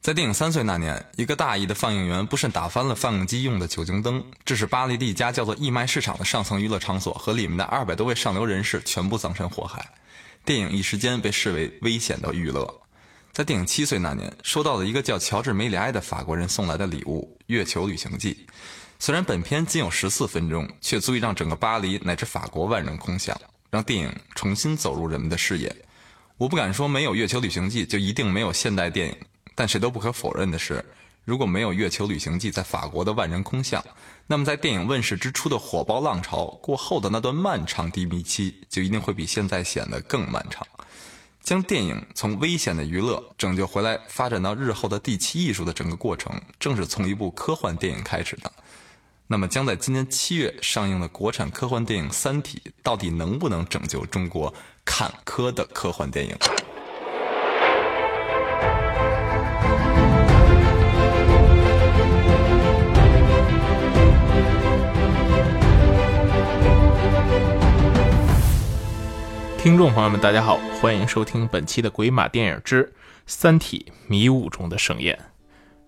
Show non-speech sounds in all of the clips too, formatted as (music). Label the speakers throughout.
Speaker 1: 在电影《三岁那年》，一个大意的放映员不慎打翻了放映机用的酒精灯，致使巴黎的一家叫做义卖市场的上层娱乐场所和里面的二百多位上流人士全部葬身火海。电影一时间被视为危险的娱乐。在电影《七岁那年》，收到了一个叫乔治·梅里埃的法国人送来的礼物《月球旅行记》。虽然本片仅有十四分钟，却足以让整个巴黎乃至法国万人空巷，让电影重新走入人们的视野。我不敢说没有《月球旅行记》就一定没有现代电影，但谁都不可否认的是，如果没有《月球旅行记》在法国的万人空巷，那么在电影问世之初的火爆浪潮过后的那段漫长低迷期，就一定会比现在显得更漫长。将电影从危险的娱乐拯救回来，发展到日后的第七艺术的整个过程，正是从一部科幻电影开始的。那么，将在今年七月上映的国产科幻电影《三体》，到底能不能拯救中国坎坷的科幻电影？
Speaker 2: 听众朋友们，大家好，欢迎收听本期的《鬼马电影之三体：迷雾中的盛宴》，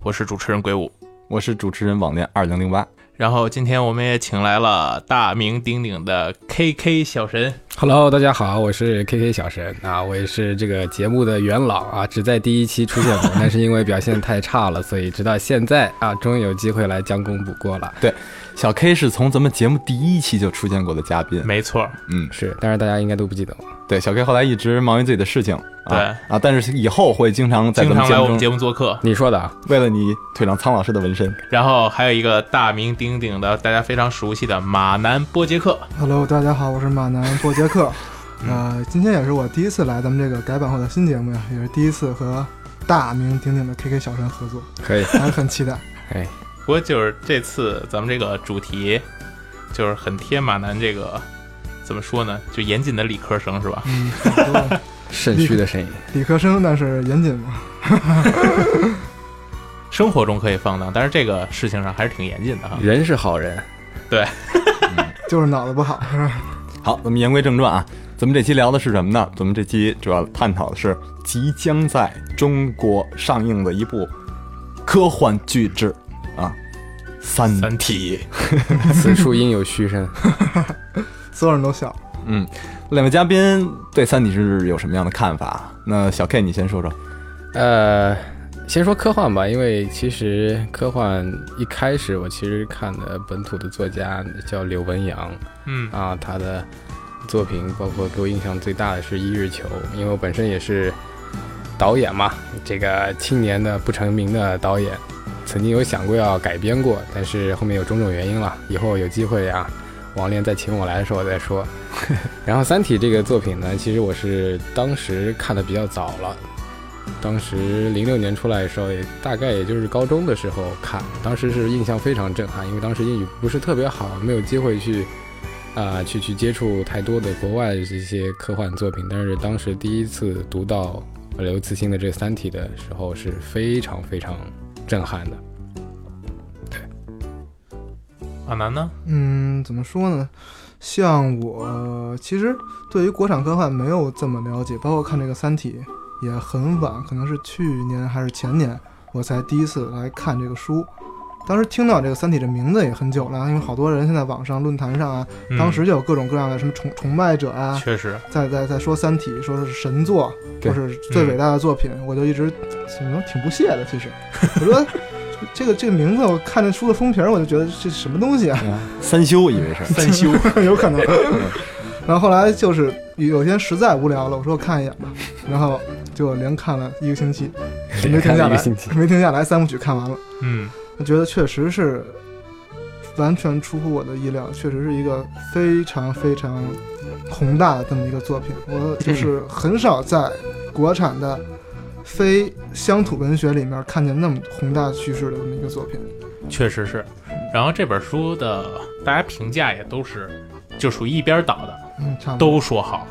Speaker 2: 我是主持人鬼舞。
Speaker 1: 我是主持人网恋二零零八。
Speaker 2: 然后今天我们也请来了大名鼎鼎的 KK 小神，
Speaker 3: Hello，大家好，我是 KK 小神啊，我也是这个节目的元老啊，只在第一期出现 (laughs) 过，但是因为表现太差了，所以直到现在啊，终于有机会来将功补过了。
Speaker 1: 对，小 K 是从咱们节目第一期就出现过的嘉宾。
Speaker 2: 没错，
Speaker 1: 嗯，
Speaker 3: 是，但是大家应该都不记得我。
Speaker 1: 对，小 K 后来一直忙于自己的事情。啊
Speaker 2: 对
Speaker 1: 啊，但是以后会经常在
Speaker 2: 经
Speaker 1: 咱们
Speaker 2: 常
Speaker 1: 节
Speaker 2: 来
Speaker 1: 目
Speaker 2: 我
Speaker 1: 中，
Speaker 2: 们节目做客。
Speaker 3: 你说的啊，
Speaker 1: 为了你腿上苍老师的纹身。
Speaker 2: 然后还有一个大名鼎鼎的，大家非常熟悉的马南波杰克，
Speaker 4: Hello，大家好，我是马南波杰克。呃，今天也是我第一次来咱们这个改版后的新节目呀，也是第一次和大名鼎鼎的 KK 小神合作，
Speaker 3: 可以，
Speaker 4: 还是很期待。
Speaker 3: 哎，
Speaker 2: 不过就是这次咱们这个主题，就是很贴马南这个怎么说呢，就严谨的理科生是吧？
Speaker 4: (laughs) 嗯，很多
Speaker 3: 肾虚的声音，
Speaker 4: 理科生，但是严谨嘛。
Speaker 2: 生活中可以放荡，但是这个事情上还是挺严谨的哈。
Speaker 3: (laughs) 人是好人，
Speaker 4: 就是脑子不好，是吧？
Speaker 1: 好，咱们言归正传啊，咱们这期聊的是什么呢？咱们这期主要探讨的是即将在中国上映的一部科幻巨制啊，《三
Speaker 2: 三体，
Speaker 3: 此处应有虚声。 (laughs)
Speaker 4: 所有人都笑。
Speaker 1: 嗯，两位嘉宾对《三体》是有什么样的看法？那小 K 你先说说。
Speaker 3: 呃，先说科幻吧，因为其实科幻一开始我其实看的本土的作家叫柳文阳，
Speaker 2: 嗯，
Speaker 3: 啊，他的作品包括给我印象最大的是《一日球》，因为我本身也是导演嘛，这个青年的不成名的导演，曾经有想过要改编过，但是后面有种种原因了，以后有机会啊，王炼再请我来的时候再说。然后《三体》这个作品呢，其实我是当时看的比较早了。当时零六年出来的时候，也大概也就是高中的时候看，当时是印象非常震撼，因为当时英语不是特别好，没有机会去啊、去去接触太多的国外的这些科幻作品，但是当时第一次读到刘慈欣的这个《三体》的时候是非常非常震撼的。
Speaker 2: 马南呢？
Speaker 4: 嗯，怎么说呢？像我其实对于国产科幻没有这么了解，包括看这个《三体》也很晚，可能是去年还是前年，我才第一次来看这个书。当时听到这个《三体》这名字也很久了，因为好多人现在网上论坛上啊，
Speaker 2: 嗯
Speaker 4: 当时就有各种各样的什么崇崇拜者啊，
Speaker 2: 确实，
Speaker 4: 在在在说《三体》，说是神作，
Speaker 1: 对
Speaker 4: 说是最伟大的作品，我就一直怎么挺不屑的。其实，我说这个这个名字，我看这书的封皮儿，我就觉得这什么东西啊，
Speaker 1: 三修以为是，
Speaker 2: 三修，
Speaker 4: (laughs) 有可能。然后后来就是有一天实在无聊了，我说我看一眼吧，然后就连看了一个星期，没停
Speaker 3: 看了
Speaker 4: 下
Speaker 3: 一个
Speaker 4: 来
Speaker 3: 星期，
Speaker 4: 没停下来，三部曲看完了。
Speaker 2: 嗯，
Speaker 4: 我觉得确实是完全出乎我的意料，确实是一个非常非常宏大的这么一个作品。我
Speaker 3: 嗯
Speaker 4: 就是很少在国产的非乡土文学里面看见那么宏大叙事的这么一个作品。
Speaker 2: 确实是。然后这本书的大家评价也都是，就属于一边倒的，
Speaker 4: 嗯，差不多。
Speaker 2: 都说
Speaker 3: (laughs)
Speaker 2: 好，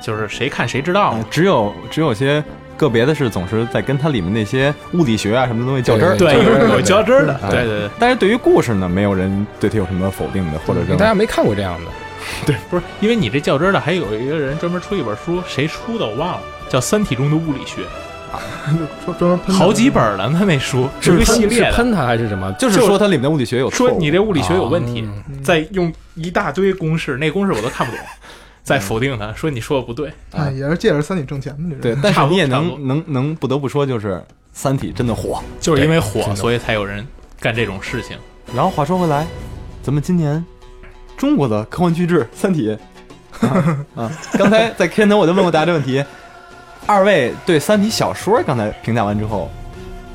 Speaker 2: 就是谁看谁知道
Speaker 3: 嗯
Speaker 2: 嘛。
Speaker 1: 呃只有只有些个别的是总是在跟它里面那些物理学啊什么的东西较真儿。
Speaker 3: 对
Speaker 2: 对，
Speaker 3: 对对
Speaker 2: 有有较真儿的，
Speaker 1: 对
Speaker 2: 对对对，
Speaker 1: 但是对于故事呢，没有人对它有什么否定的，或者
Speaker 2: 嗯
Speaker 3: 因为
Speaker 1: 是
Speaker 3: 大家没看过这样的，
Speaker 2: 不是因为你这较真儿的，还有一个人专门出一本书，谁出的我忘了，叫《三体中的物理学》。
Speaker 4: (laughs) 专专门喷
Speaker 2: 好几本了呢，那书是一
Speaker 3: 是
Speaker 2: 个系列
Speaker 3: 是
Speaker 2: 的，
Speaker 3: 喷他还是什么？
Speaker 1: 就是
Speaker 2: 就
Speaker 1: 说它里面的物理学有错误
Speaker 2: 说你这物理学有问题，
Speaker 3: 嗯
Speaker 2: 再用一大堆公式，那公式我都看不
Speaker 3: (laughs)
Speaker 2: 懂，再否定它，说你说的不对，
Speaker 4: 哎，也是借着三体挣钱的这
Speaker 1: 对
Speaker 4: 人。，
Speaker 1: 但
Speaker 2: 差
Speaker 1: 是
Speaker 2: 不多
Speaker 1: 你也
Speaker 2: 差不
Speaker 1: 能能能不得不说，就是《三体》真的火。
Speaker 2: 就是因为火，
Speaker 3: 的
Speaker 2: 所以才有人干这种事情。
Speaker 1: 然后话说回来，咱们今年中国的科幻巨制《三体》
Speaker 2: (laughs)
Speaker 1: 啊，刚才在开头我就问过大家这问题，二位对《三体》小说刚才评价完之后，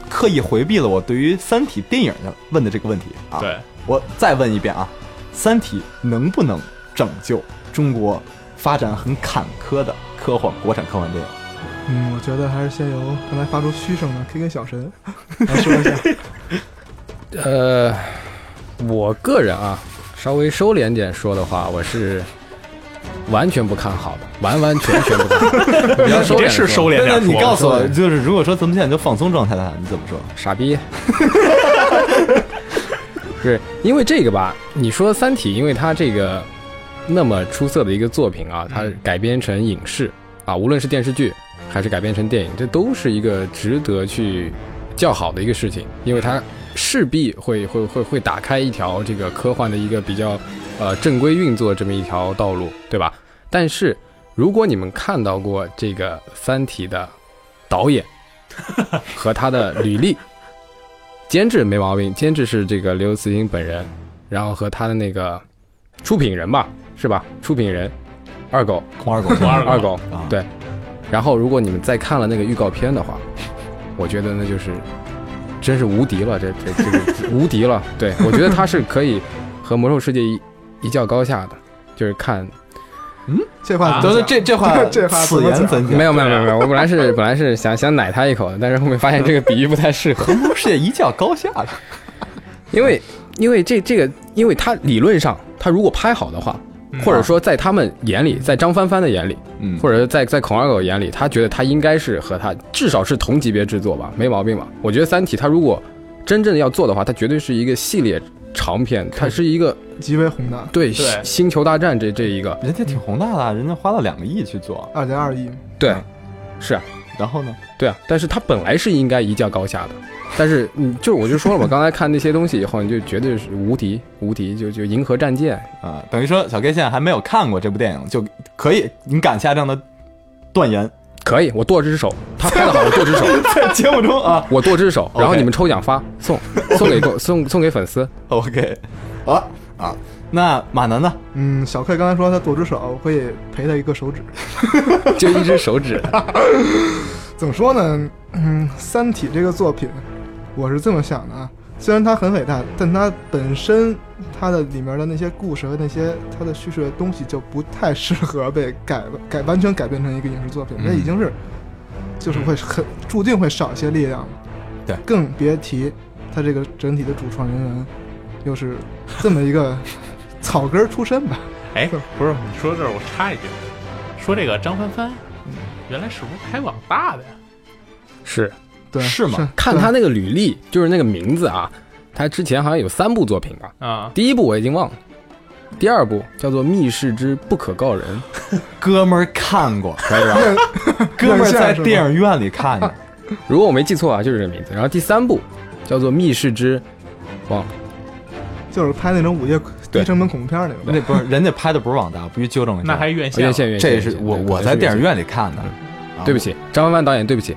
Speaker 1: 刻意回避了我对于《三体》电影的问的这个问题啊。，
Speaker 2: 对，
Speaker 1: 我再问一遍啊，《三体》能不能拯救中国发展很坎坷的科幻国产科幻电影？
Speaker 4: 嗯，我觉得还是先由刚才发出嘘声的 K K 小神来说一下。
Speaker 3: 呃，我个人啊，稍微收敛点说的话，我是完全不看好的，完完全全不看好。
Speaker 2: (laughs)
Speaker 3: 你
Speaker 2: 你这是收敛
Speaker 1: 那
Speaker 2: 点
Speaker 1: 你
Speaker 2: 说
Speaker 1: 告诉我，
Speaker 3: 对
Speaker 1: 就是如果说咱们现在就放松状态的话，你怎么说？
Speaker 3: 傻逼。 (laughs) 不是因为这个吧？你说《三体》，因为它这个那么出色的一个作品啊，它改编成影视啊，无论是电视剧还是改编成电影，这都是一个值得去叫好的一个事情，因为它势必会会会会打开一条这个科幻的一个比较呃正规运作这么一条道路，对吧？但是如果你们看到过这个《三体》的导演和他的履历，监制没毛病，监制是这个刘慈欣本人，然后和他的那个出品人吧，是吧？出品人二狗，
Speaker 1: 空二狗，
Speaker 2: 孔二狗
Speaker 3: 二狗
Speaker 1: 啊，
Speaker 3: 对。然后，如果你们再看了那个预告片的话， (laughs) 我觉得那就是真是无敌了，这这这个无敌了。 (laughs) 对我觉得他是可以和魔兽世界一一较高下的，就是看
Speaker 4: 这话
Speaker 2: 啊
Speaker 4: 怎
Speaker 1: 得
Speaker 4: 么
Speaker 1: 得，
Speaker 4: 讲
Speaker 1: 这这话
Speaker 4: 这话怎
Speaker 1: 此
Speaker 4: 么
Speaker 1: 言
Speaker 4: 讲
Speaker 1: 怎讲？ (laughs)
Speaker 3: 没有没有
Speaker 2: 对
Speaker 3: 没
Speaker 2: 啊
Speaker 3: 有没有，我本来是本来是想想奶他一口的，但是后面发现这个比喻不太适合，
Speaker 1: 横空世界一较高下了。
Speaker 3: 因为因为这这个，因为他理论上他如果拍好的话，
Speaker 2: 嗯
Speaker 3: 或者说在他们眼里，在张帆帆的眼里，
Speaker 1: 嗯
Speaker 3: 或者在在孔二狗眼里，他觉得他应该是和他至少是同级别制作吧，没毛病吧？我觉得《三体》他如果真正要做的话，它绝对是一个系列长片，它是一个
Speaker 4: 极为宏大，
Speaker 3: 对
Speaker 2: 对
Speaker 3: 星球大战这这一个
Speaker 1: 人家挺宏大的，人家花了两个亿去做，
Speaker 4: 二点二亿，
Speaker 3: 对，是啊，
Speaker 1: 然后呢？
Speaker 3: 对啊，但是它本来是应该一较高下的，但是你就我就说了嘛，刚才看那些东西以后，你就绝对是无敌无敌，就就银河战舰，
Speaker 1: 啊、等于说小 K 现在还没有看过这部电影，就可以，你敢下这样的断言，
Speaker 3: 可以，我剁只手，他拍的好，我剁只
Speaker 1: (laughs)
Speaker 3: 手，
Speaker 1: 在节目中啊
Speaker 3: 我剁只手，然后
Speaker 1: OK
Speaker 3: 你们抽奖发送
Speaker 1: (laughs)
Speaker 3: 送给送送送给粉丝，
Speaker 1: ，OK，啊啊，那马楠呢？
Speaker 4: 嗯，小 K 刚才说他剁只手，我可以赔他一个手指。
Speaker 3: 就一只手指，
Speaker 4: 怎么说呢？嗯，《三体》这个作品，我是这么想的啊。虽然它很伟大，但它本身它的里面的那些故事和那些它的叙事的东西就不太适合被改改完全改编成一个影视作品，那、已经是就是会很注定会少一些力量了。
Speaker 1: 对
Speaker 4: 更别提它这个整体的主创人员又是这么一个草根儿出身吧。
Speaker 2: 哎，不是，你说这儿我插一句，说这个张帆帆，原来是不是开网大的呀？
Speaker 3: 是
Speaker 1: (laughs)
Speaker 4: 对，
Speaker 1: 是吗
Speaker 3: 看他那个履历，就是那个名字啊，他之前好像有三部作品吧，
Speaker 2: 啊，
Speaker 3: 第一部我已经忘了，第二部叫做《密室之不可告人》，
Speaker 1: 哥们儿看过，可以吧？ (laughs) 哥们
Speaker 4: 亮
Speaker 1: 儿
Speaker 4: 相
Speaker 1: 在
Speaker 4: 是吗
Speaker 1: 电影院里看的，
Speaker 3: 如果我没记错啊，就是这个名字。然后第三部叫做《密室之》，忘了，
Speaker 4: 就是拍那种午夜低
Speaker 3: 对
Speaker 4: 成本恐怖片儿那种。
Speaker 1: 那不是人家拍的不是网大，必须纠正一下。
Speaker 2: 那还院线
Speaker 3: 院线院线，
Speaker 1: 哎这是
Speaker 3: 院线
Speaker 1: 我
Speaker 3: 对
Speaker 1: 我
Speaker 3: 对
Speaker 1: 在电影
Speaker 3: 院
Speaker 1: 院里看的
Speaker 3: 线，嗯对不起，张帆帆导演，对不起，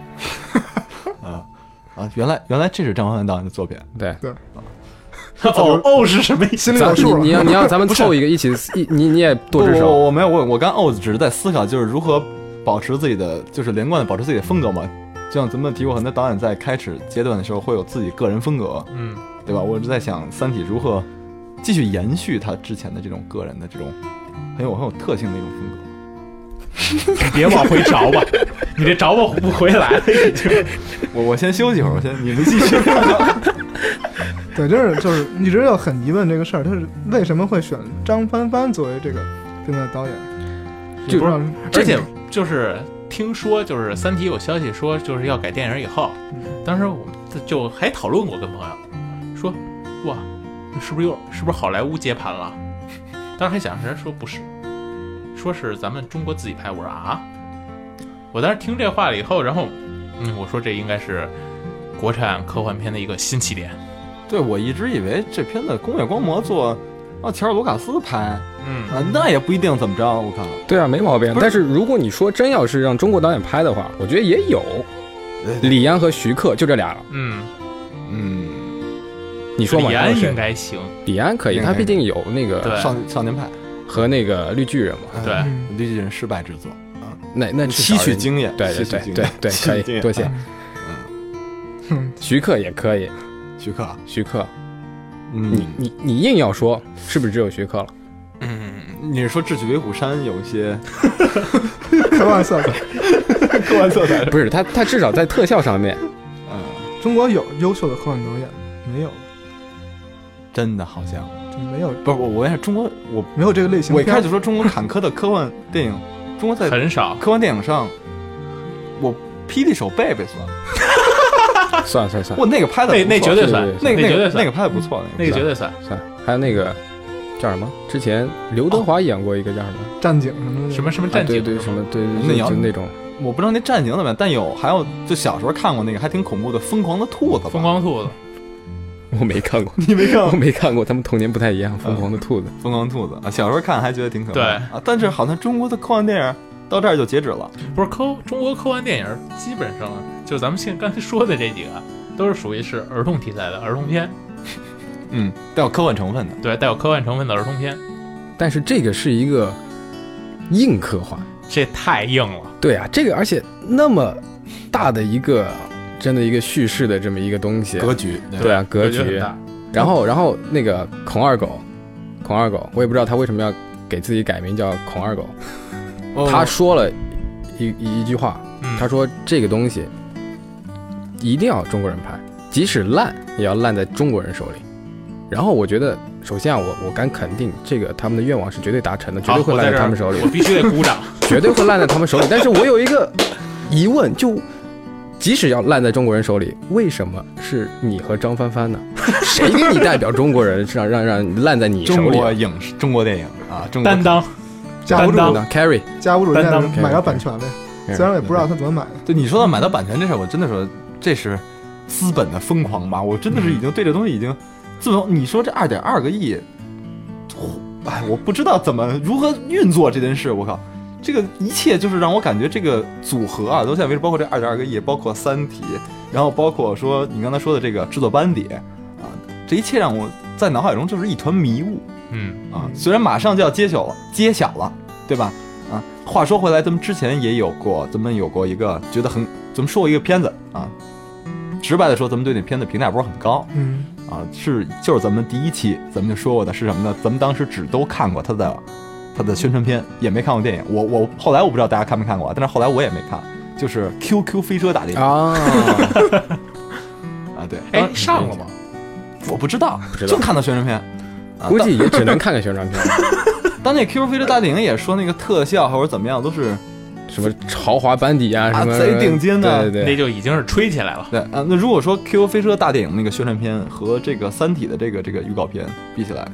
Speaker 1: 啊，原来原来这是张帆帆导演的作品，
Speaker 3: 对，
Speaker 2: (laughs) 哦哦是什么意思？
Speaker 4: 心里有
Speaker 3: 咱
Speaker 4: 数啊
Speaker 3: 你
Speaker 4: 了
Speaker 3: 你。要你要咱们凑一个一起一你你也
Speaker 1: 不
Speaker 3: 剁只
Speaker 1: 我
Speaker 3: 手，
Speaker 1: 我我没有，我我刚哦，只是在思考，就是如何保持自己的，就是连贯的保持自己的风格嘛。就像咱们提过，很多导演在开始阶段的时候会有自己个人风格，
Speaker 2: 嗯，
Speaker 1: 对吧？我是在想《三体》如何继续延续他之前的这种个人的这种很有很有特性的一种风格。
Speaker 2: 你别往回找 (laughs) 吧，你这找吧不回来了已经。
Speaker 1: 我我先休息会儿，我先你们继续。
Speaker 4: 对，真是就是一直有很疑问这个事儿，他是为什么会选张帆帆作为这个片的导演？
Speaker 3: 就
Speaker 4: 不知道，嗯
Speaker 2: 而且就是听说，就是《三体》有消息说就是要改电影以后，
Speaker 5: 嗯
Speaker 2: 当时我们就还讨论过，跟朋友说，哇，是不是又是不是好莱坞接盘了？当时还想人家说不是，说是咱们中国自己拍。我说啊，我当时听这话了以后，然后嗯，我说这应该是国产科幻片的一个新起点。
Speaker 1: (laughs) 对我一直以为这片子宫野光魔做，啊，乔尔卢卡斯拍啊，
Speaker 2: 嗯，
Speaker 1: 那也不一定怎么着，我靠，
Speaker 3: 对啊，没毛病。
Speaker 1: 不是
Speaker 3: 但是如果你说真要是让中国导演拍的话，我觉得也有
Speaker 1: 对对
Speaker 3: 李安和徐克，就这俩了。
Speaker 2: 嗯，
Speaker 1: 嗯，
Speaker 3: 你说嘛？
Speaker 2: 李
Speaker 3: 然
Speaker 2: 安
Speaker 3: 后
Speaker 2: 应
Speaker 3: 谁
Speaker 2: 该行，
Speaker 3: 李安可以，
Speaker 1: 应该
Speaker 3: 他毕竟有那
Speaker 2: 对
Speaker 3: 个
Speaker 1: 少少年派，
Speaker 3: 和那个绿巨人嘛。
Speaker 2: 对
Speaker 1: 哎
Speaker 4: 嗯
Speaker 1: 绿巨人失败之作，
Speaker 3: 那那至少
Speaker 1: 嗯吸取
Speaker 3: 人家
Speaker 1: 经验，
Speaker 3: 对
Speaker 1: 吸
Speaker 3: 对
Speaker 1: 取
Speaker 3: 对
Speaker 1: 经
Speaker 3: 对
Speaker 1: 验
Speaker 3: 对，
Speaker 1: 吸
Speaker 3: 可
Speaker 1: 取经
Speaker 3: 以，
Speaker 1: 验
Speaker 3: 多谢。
Speaker 4: (laughs) 哼，
Speaker 3: 徐克也可以，
Speaker 1: 徐克，
Speaker 3: 徐克，
Speaker 1: 嗯，
Speaker 3: 你你你硬要说，是不是只有徐克了？
Speaker 5: 嗯，
Speaker 1: 你是说《智取威虎山》有一 (laughs) 些
Speaker 4: 开玩笑，
Speaker 1: 科幻色
Speaker 2: 呃
Speaker 1: 彩？
Speaker 3: 不是，他他至少在特效上面，
Speaker 1: 嗯，
Speaker 4: 中国有优秀的科幻导演，没有，
Speaker 1: 真的好像
Speaker 4: 就没有
Speaker 1: 不是我，我也是中国，我
Speaker 4: 没有这个类型
Speaker 1: 我一
Speaker 4: 片
Speaker 1: 开
Speaker 4: 儿
Speaker 1: 始。说中国坎坷的科幻电影，
Speaker 5: 嗯
Speaker 1: 中国在
Speaker 2: 很少。
Speaker 1: 科幻电影上，我霹雳手贝贝算，
Speaker 3: 算了算了算了
Speaker 1: 我那个拍的
Speaker 2: 那那绝对算，
Speaker 3: 对
Speaker 1: 那
Speaker 2: 那
Speaker 1: 个那
Speaker 2: 绝对
Speaker 1: 个
Speaker 2: 算，
Speaker 1: 那个拍的不错，
Speaker 2: 那
Speaker 1: 那
Speaker 2: 个
Speaker 1: 个
Speaker 2: 绝对算。
Speaker 3: 算了，还有那个叫什么？之前刘德华演过一个叫什么？
Speaker 4: 战警什么的，
Speaker 2: 什么什么战
Speaker 3: 啊、对
Speaker 2: 警
Speaker 3: 对
Speaker 2: 是
Speaker 3: 什
Speaker 2: 吗
Speaker 3: 么对对
Speaker 1: 那
Speaker 3: 对
Speaker 1: 要
Speaker 3: 就那种
Speaker 1: 我不知道那战警怎么样，但有还有就小时候看过那个还挺恐怖的《疯狂的兔子》吧，
Speaker 2: 疯狂兔子，
Speaker 3: 我没看过， (laughs)
Speaker 1: 你没看过
Speaker 3: 我没看过，他们童年不太一样。疯
Speaker 2: 嗯
Speaker 3: 狂的兔子，
Speaker 1: 疯狂兔子啊，小时候看还觉得挺可怕
Speaker 2: 对
Speaker 1: 啊，但是好像中国的科幻电影到这儿就截止了。
Speaker 2: 不是科中国科幻电影，基本上就咱们现在刚才说的这几个，都是属于是儿童题材的儿童片，
Speaker 1: 嗯，带有科幻成分的，
Speaker 2: 对，带有科幻成分的儿童片，
Speaker 3: 但是这个是一个硬科幻，
Speaker 2: 这太硬了。
Speaker 3: 对啊，这个而且那么大的一个真的一个叙事的这么一个东西，
Speaker 1: 局
Speaker 3: 对啊格
Speaker 2: 觉很
Speaker 3: 局。
Speaker 2: 大，
Speaker 3: 然后然后那个孔二狗，孔二狗，我也不知道他为什么要给自己改名叫孔二狗，
Speaker 1: 哦
Speaker 3: 他说了一一一句话，
Speaker 2: 哦嗯，
Speaker 3: 他说这个东西一定要中国人拍，即使烂也要烂在中国人手里。然后我觉得，首先啊，我我敢肯定，这个他们的愿望是绝对达成的，绝
Speaker 2: 好，
Speaker 3: 对
Speaker 2: 啊我
Speaker 3: 会
Speaker 2: 在
Speaker 3: 烂
Speaker 2: 这
Speaker 3: 在
Speaker 2: 儿
Speaker 3: 他们手里
Speaker 2: 我，必须得鼓掌。
Speaker 3: (laughs) 绝对会烂在他们手里。但是我有一个疑问，就即使要烂在中国人手里，为什么是你和张
Speaker 1: (laughs)
Speaker 3: 帆帆呢？谁给你代表中国人，让让让你烂在你手
Speaker 1: 中
Speaker 3: 里啊
Speaker 1: 国影视、中国电影啊，中国
Speaker 2: 担当，
Speaker 4: 家屋
Speaker 2: 担
Speaker 4: 主
Speaker 2: 当
Speaker 3: 呢？Carry，
Speaker 4: 家屋主
Speaker 2: 担
Speaker 4: 现在
Speaker 2: 当
Speaker 4: 是买着版权呗，
Speaker 1: 啊
Speaker 3: 嗯
Speaker 4: 虽然我也不知道他怎么买的，
Speaker 1: 对你说到买到版权这事儿，我真的说这是资本的疯狂吧？我真的是已经对这东西已经，自从你说这二点二个亿，哎，我不知道怎么如何运作这件事，我靠，这个一切就是让我感觉这个组合啊，到现在为止，包括这二点二个亿，包括《三体》，然后包括说你刚才说的这个制作班底啊，这一切让我在脑海中就是一团迷雾。
Speaker 2: 嗯，
Speaker 1: 啊，虽然马上就要揭晓了，揭晓了，对吧？啊，话说回来，咱们之前也有过，咱们有过一个觉得很，咱们说过一个片子啊，直白的说，咱们对那片子评价不是很高
Speaker 4: 嗯，
Speaker 1: 啊，是就是咱们第一期咱们就说过的是什么呢？咱们当时只都看过他的他的宣传片，也没看过电影。我我后来我不知道大家看没看过啊，但是后来我也没看，就是 QQ 飞车打猎啊啊
Speaker 3: 啊， (laughs)
Speaker 1: 对，当
Speaker 2: 哎，
Speaker 1: 时
Speaker 2: 上了吗？
Speaker 1: 我不知道，
Speaker 3: 知道
Speaker 1: 就看到宣传片。啊
Speaker 3: (laughs) 估计也只能看看宣传片，
Speaker 1: 当那 QQ 飞车大电影也说那个特效或者怎么样都是
Speaker 3: 什么豪华班底啊，什么
Speaker 1: 啊贼顶尖的
Speaker 3: 对
Speaker 2: 那
Speaker 3: 对对，
Speaker 2: 就已经是吹起来了。
Speaker 1: 对啊，那如果说《Q 飞车》大电影那个宣传片和这个《三体》的这个这个预告片比起来，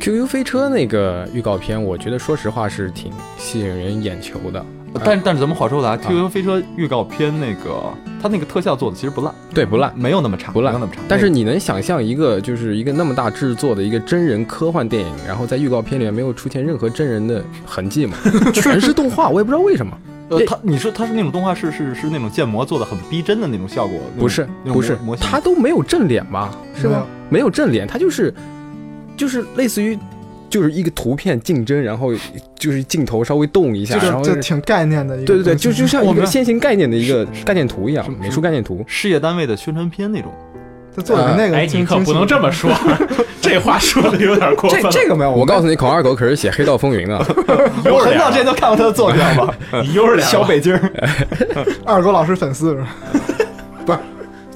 Speaker 3: QQ 飞车那个预告片，我觉得说实话是挺吸引人眼球的。
Speaker 1: 呃
Speaker 3: 嗯
Speaker 1: 但是但是咱们话说回来，《Q 飞车》预告片那个它那个特效做的其实不烂，
Speaker 3: 对，不烂。
Speaker 1: 没有那么差，
Speaker 3: 不烂
Speaker 1: 没有那么差。
Speaker 3: 但是你能想象一个就是一个那么大制作的一个真人科幻电影，然后在预告片里面没有出现任何真人的痕迹吗？全是动画，我也不知道为什么。
Speaker 1: 呃，它你说它是那种动画是是是那种建模做的很逼真的那种效果，那种
Speaker 3: 不是
Speaker 1: 那种
Speaker 3: 不是
Speaker 1: 模模，型
Speaker 3: 他都没有正脸吧？
Speaker 4: 嗯
Speaker 3: 是吧？没有正脸，他就是就是类似于就是一个图片竞争，然后就是镜头稍微动一下，
Speaker 4: 这
Speaker 3: 然
Speaker 4: 个
Speaker 3: 后
Speaker 4: 这挺概念的一个
Speaker 3: 对对
Speaker 4: 东西，
Speaker 3: 对，就就像一
Speaker 1: 我明
Speaker 3: 个
Speaker 1: 白
Speaker 3: 先行概念的一个概念图一
Speaker 1: 什
Speaker 3: 样
Speaker 1: 么，
Speaker 3: 美术概念图。
Speaker 1: 事业单位的宣传片那种。
Speaker 4: 他做的那个，
Speaker 2: 哎，你可不能这么说，
Speaker 3: (laughs)
Speaker 2: 这话说的有点过分了。
Speaker 1: 这个没有，
Speaker 3: 我告诉你，孔二狗可是写《黑道风云》
Speaker 1: (laughs)
Speaker 3: 的，
Speaker 1: 你，我很早之前就看过他的作品
Speaker 3: (laughs)
Speaker 1: 好吧？
Speaker 2: 你悠着点吧，
Speaker 1: 小北京儿，
Speaker 4: 二狗老师粉丝是吧？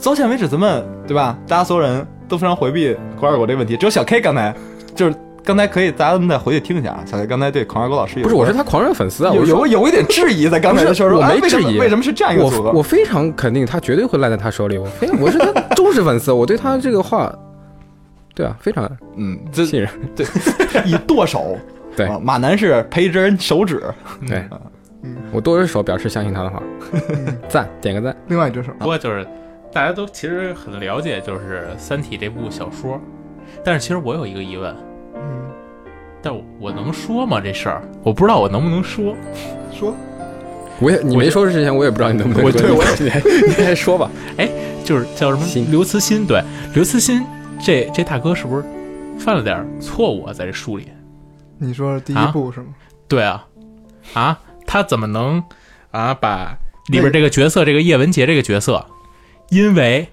Speaker 1: 到现在为止，咱们对吧？大家所有人都非常回避孔二狗这个问题，只有小 K 刚才就是刚才可以，大家们再回去听一下啊。小 K 刚才对孔二狗老师哎有
Speaker 3: 不是，我是他狂热粉丝啊！我
Speaker 1: 有有有一点质疑，在刚才的时候说，
Speaker 3: 不是我
Speaker 1: 哎为什么
Speaker 3: 没质疑
Speaker 1: 为什么是这样一个组合？
Speaker 3: 我我非常肯定他绝对会烂在他手里。我非我是他忠实粉丝，我对他这个话，对啊，非常
Speaker 1: 嗯，这
Speaker 3: 信任。
Speaker 1: (laughs) 以剁手，
Speaker 3: 对
Speaker 1: 啊马南是陪着人手指，
Speaker 2: 嗯
Speaker 3: 对，
Speaker 4: 嗯，
Speaker 3: 我剁着手表示相信他的话，赞，点个赞。
Speaker 4: 另外一只手，
Speaker 2: 不过就是大家都其实很了解，就是《三体》这部小说，但是其实我有一个疑问，
Speaker 4: 嗯，
Speaker 2: 但我我能说吗这事儿？我不知道我能不能说。
Speaker 4: 说
Speaker 3: 我也你
Speaker 2: 我
Speaker 3: 没
Speaker 2: 就
Speaker 3: 说之前，我也不知道你能不能
Speaker 2: 我
Speaker 3: 说。
Speaker 2: 对我
Speaker 3: 你还你还说吧。
Speaker 2: 就是叫什么
Speaker 3: 心
Speaker 2: 刘慈欣，对，刘慈欣这这大哥是不是犯了点儿错误啊？在这书里，
Speaker 4: 你说第一
Speaker 2: 啊
Speaker 4: 步是吗？
Speaker 2: 对啊，啊，他怎么能啊把里边这个角色，这个叶文洁这个角色，因为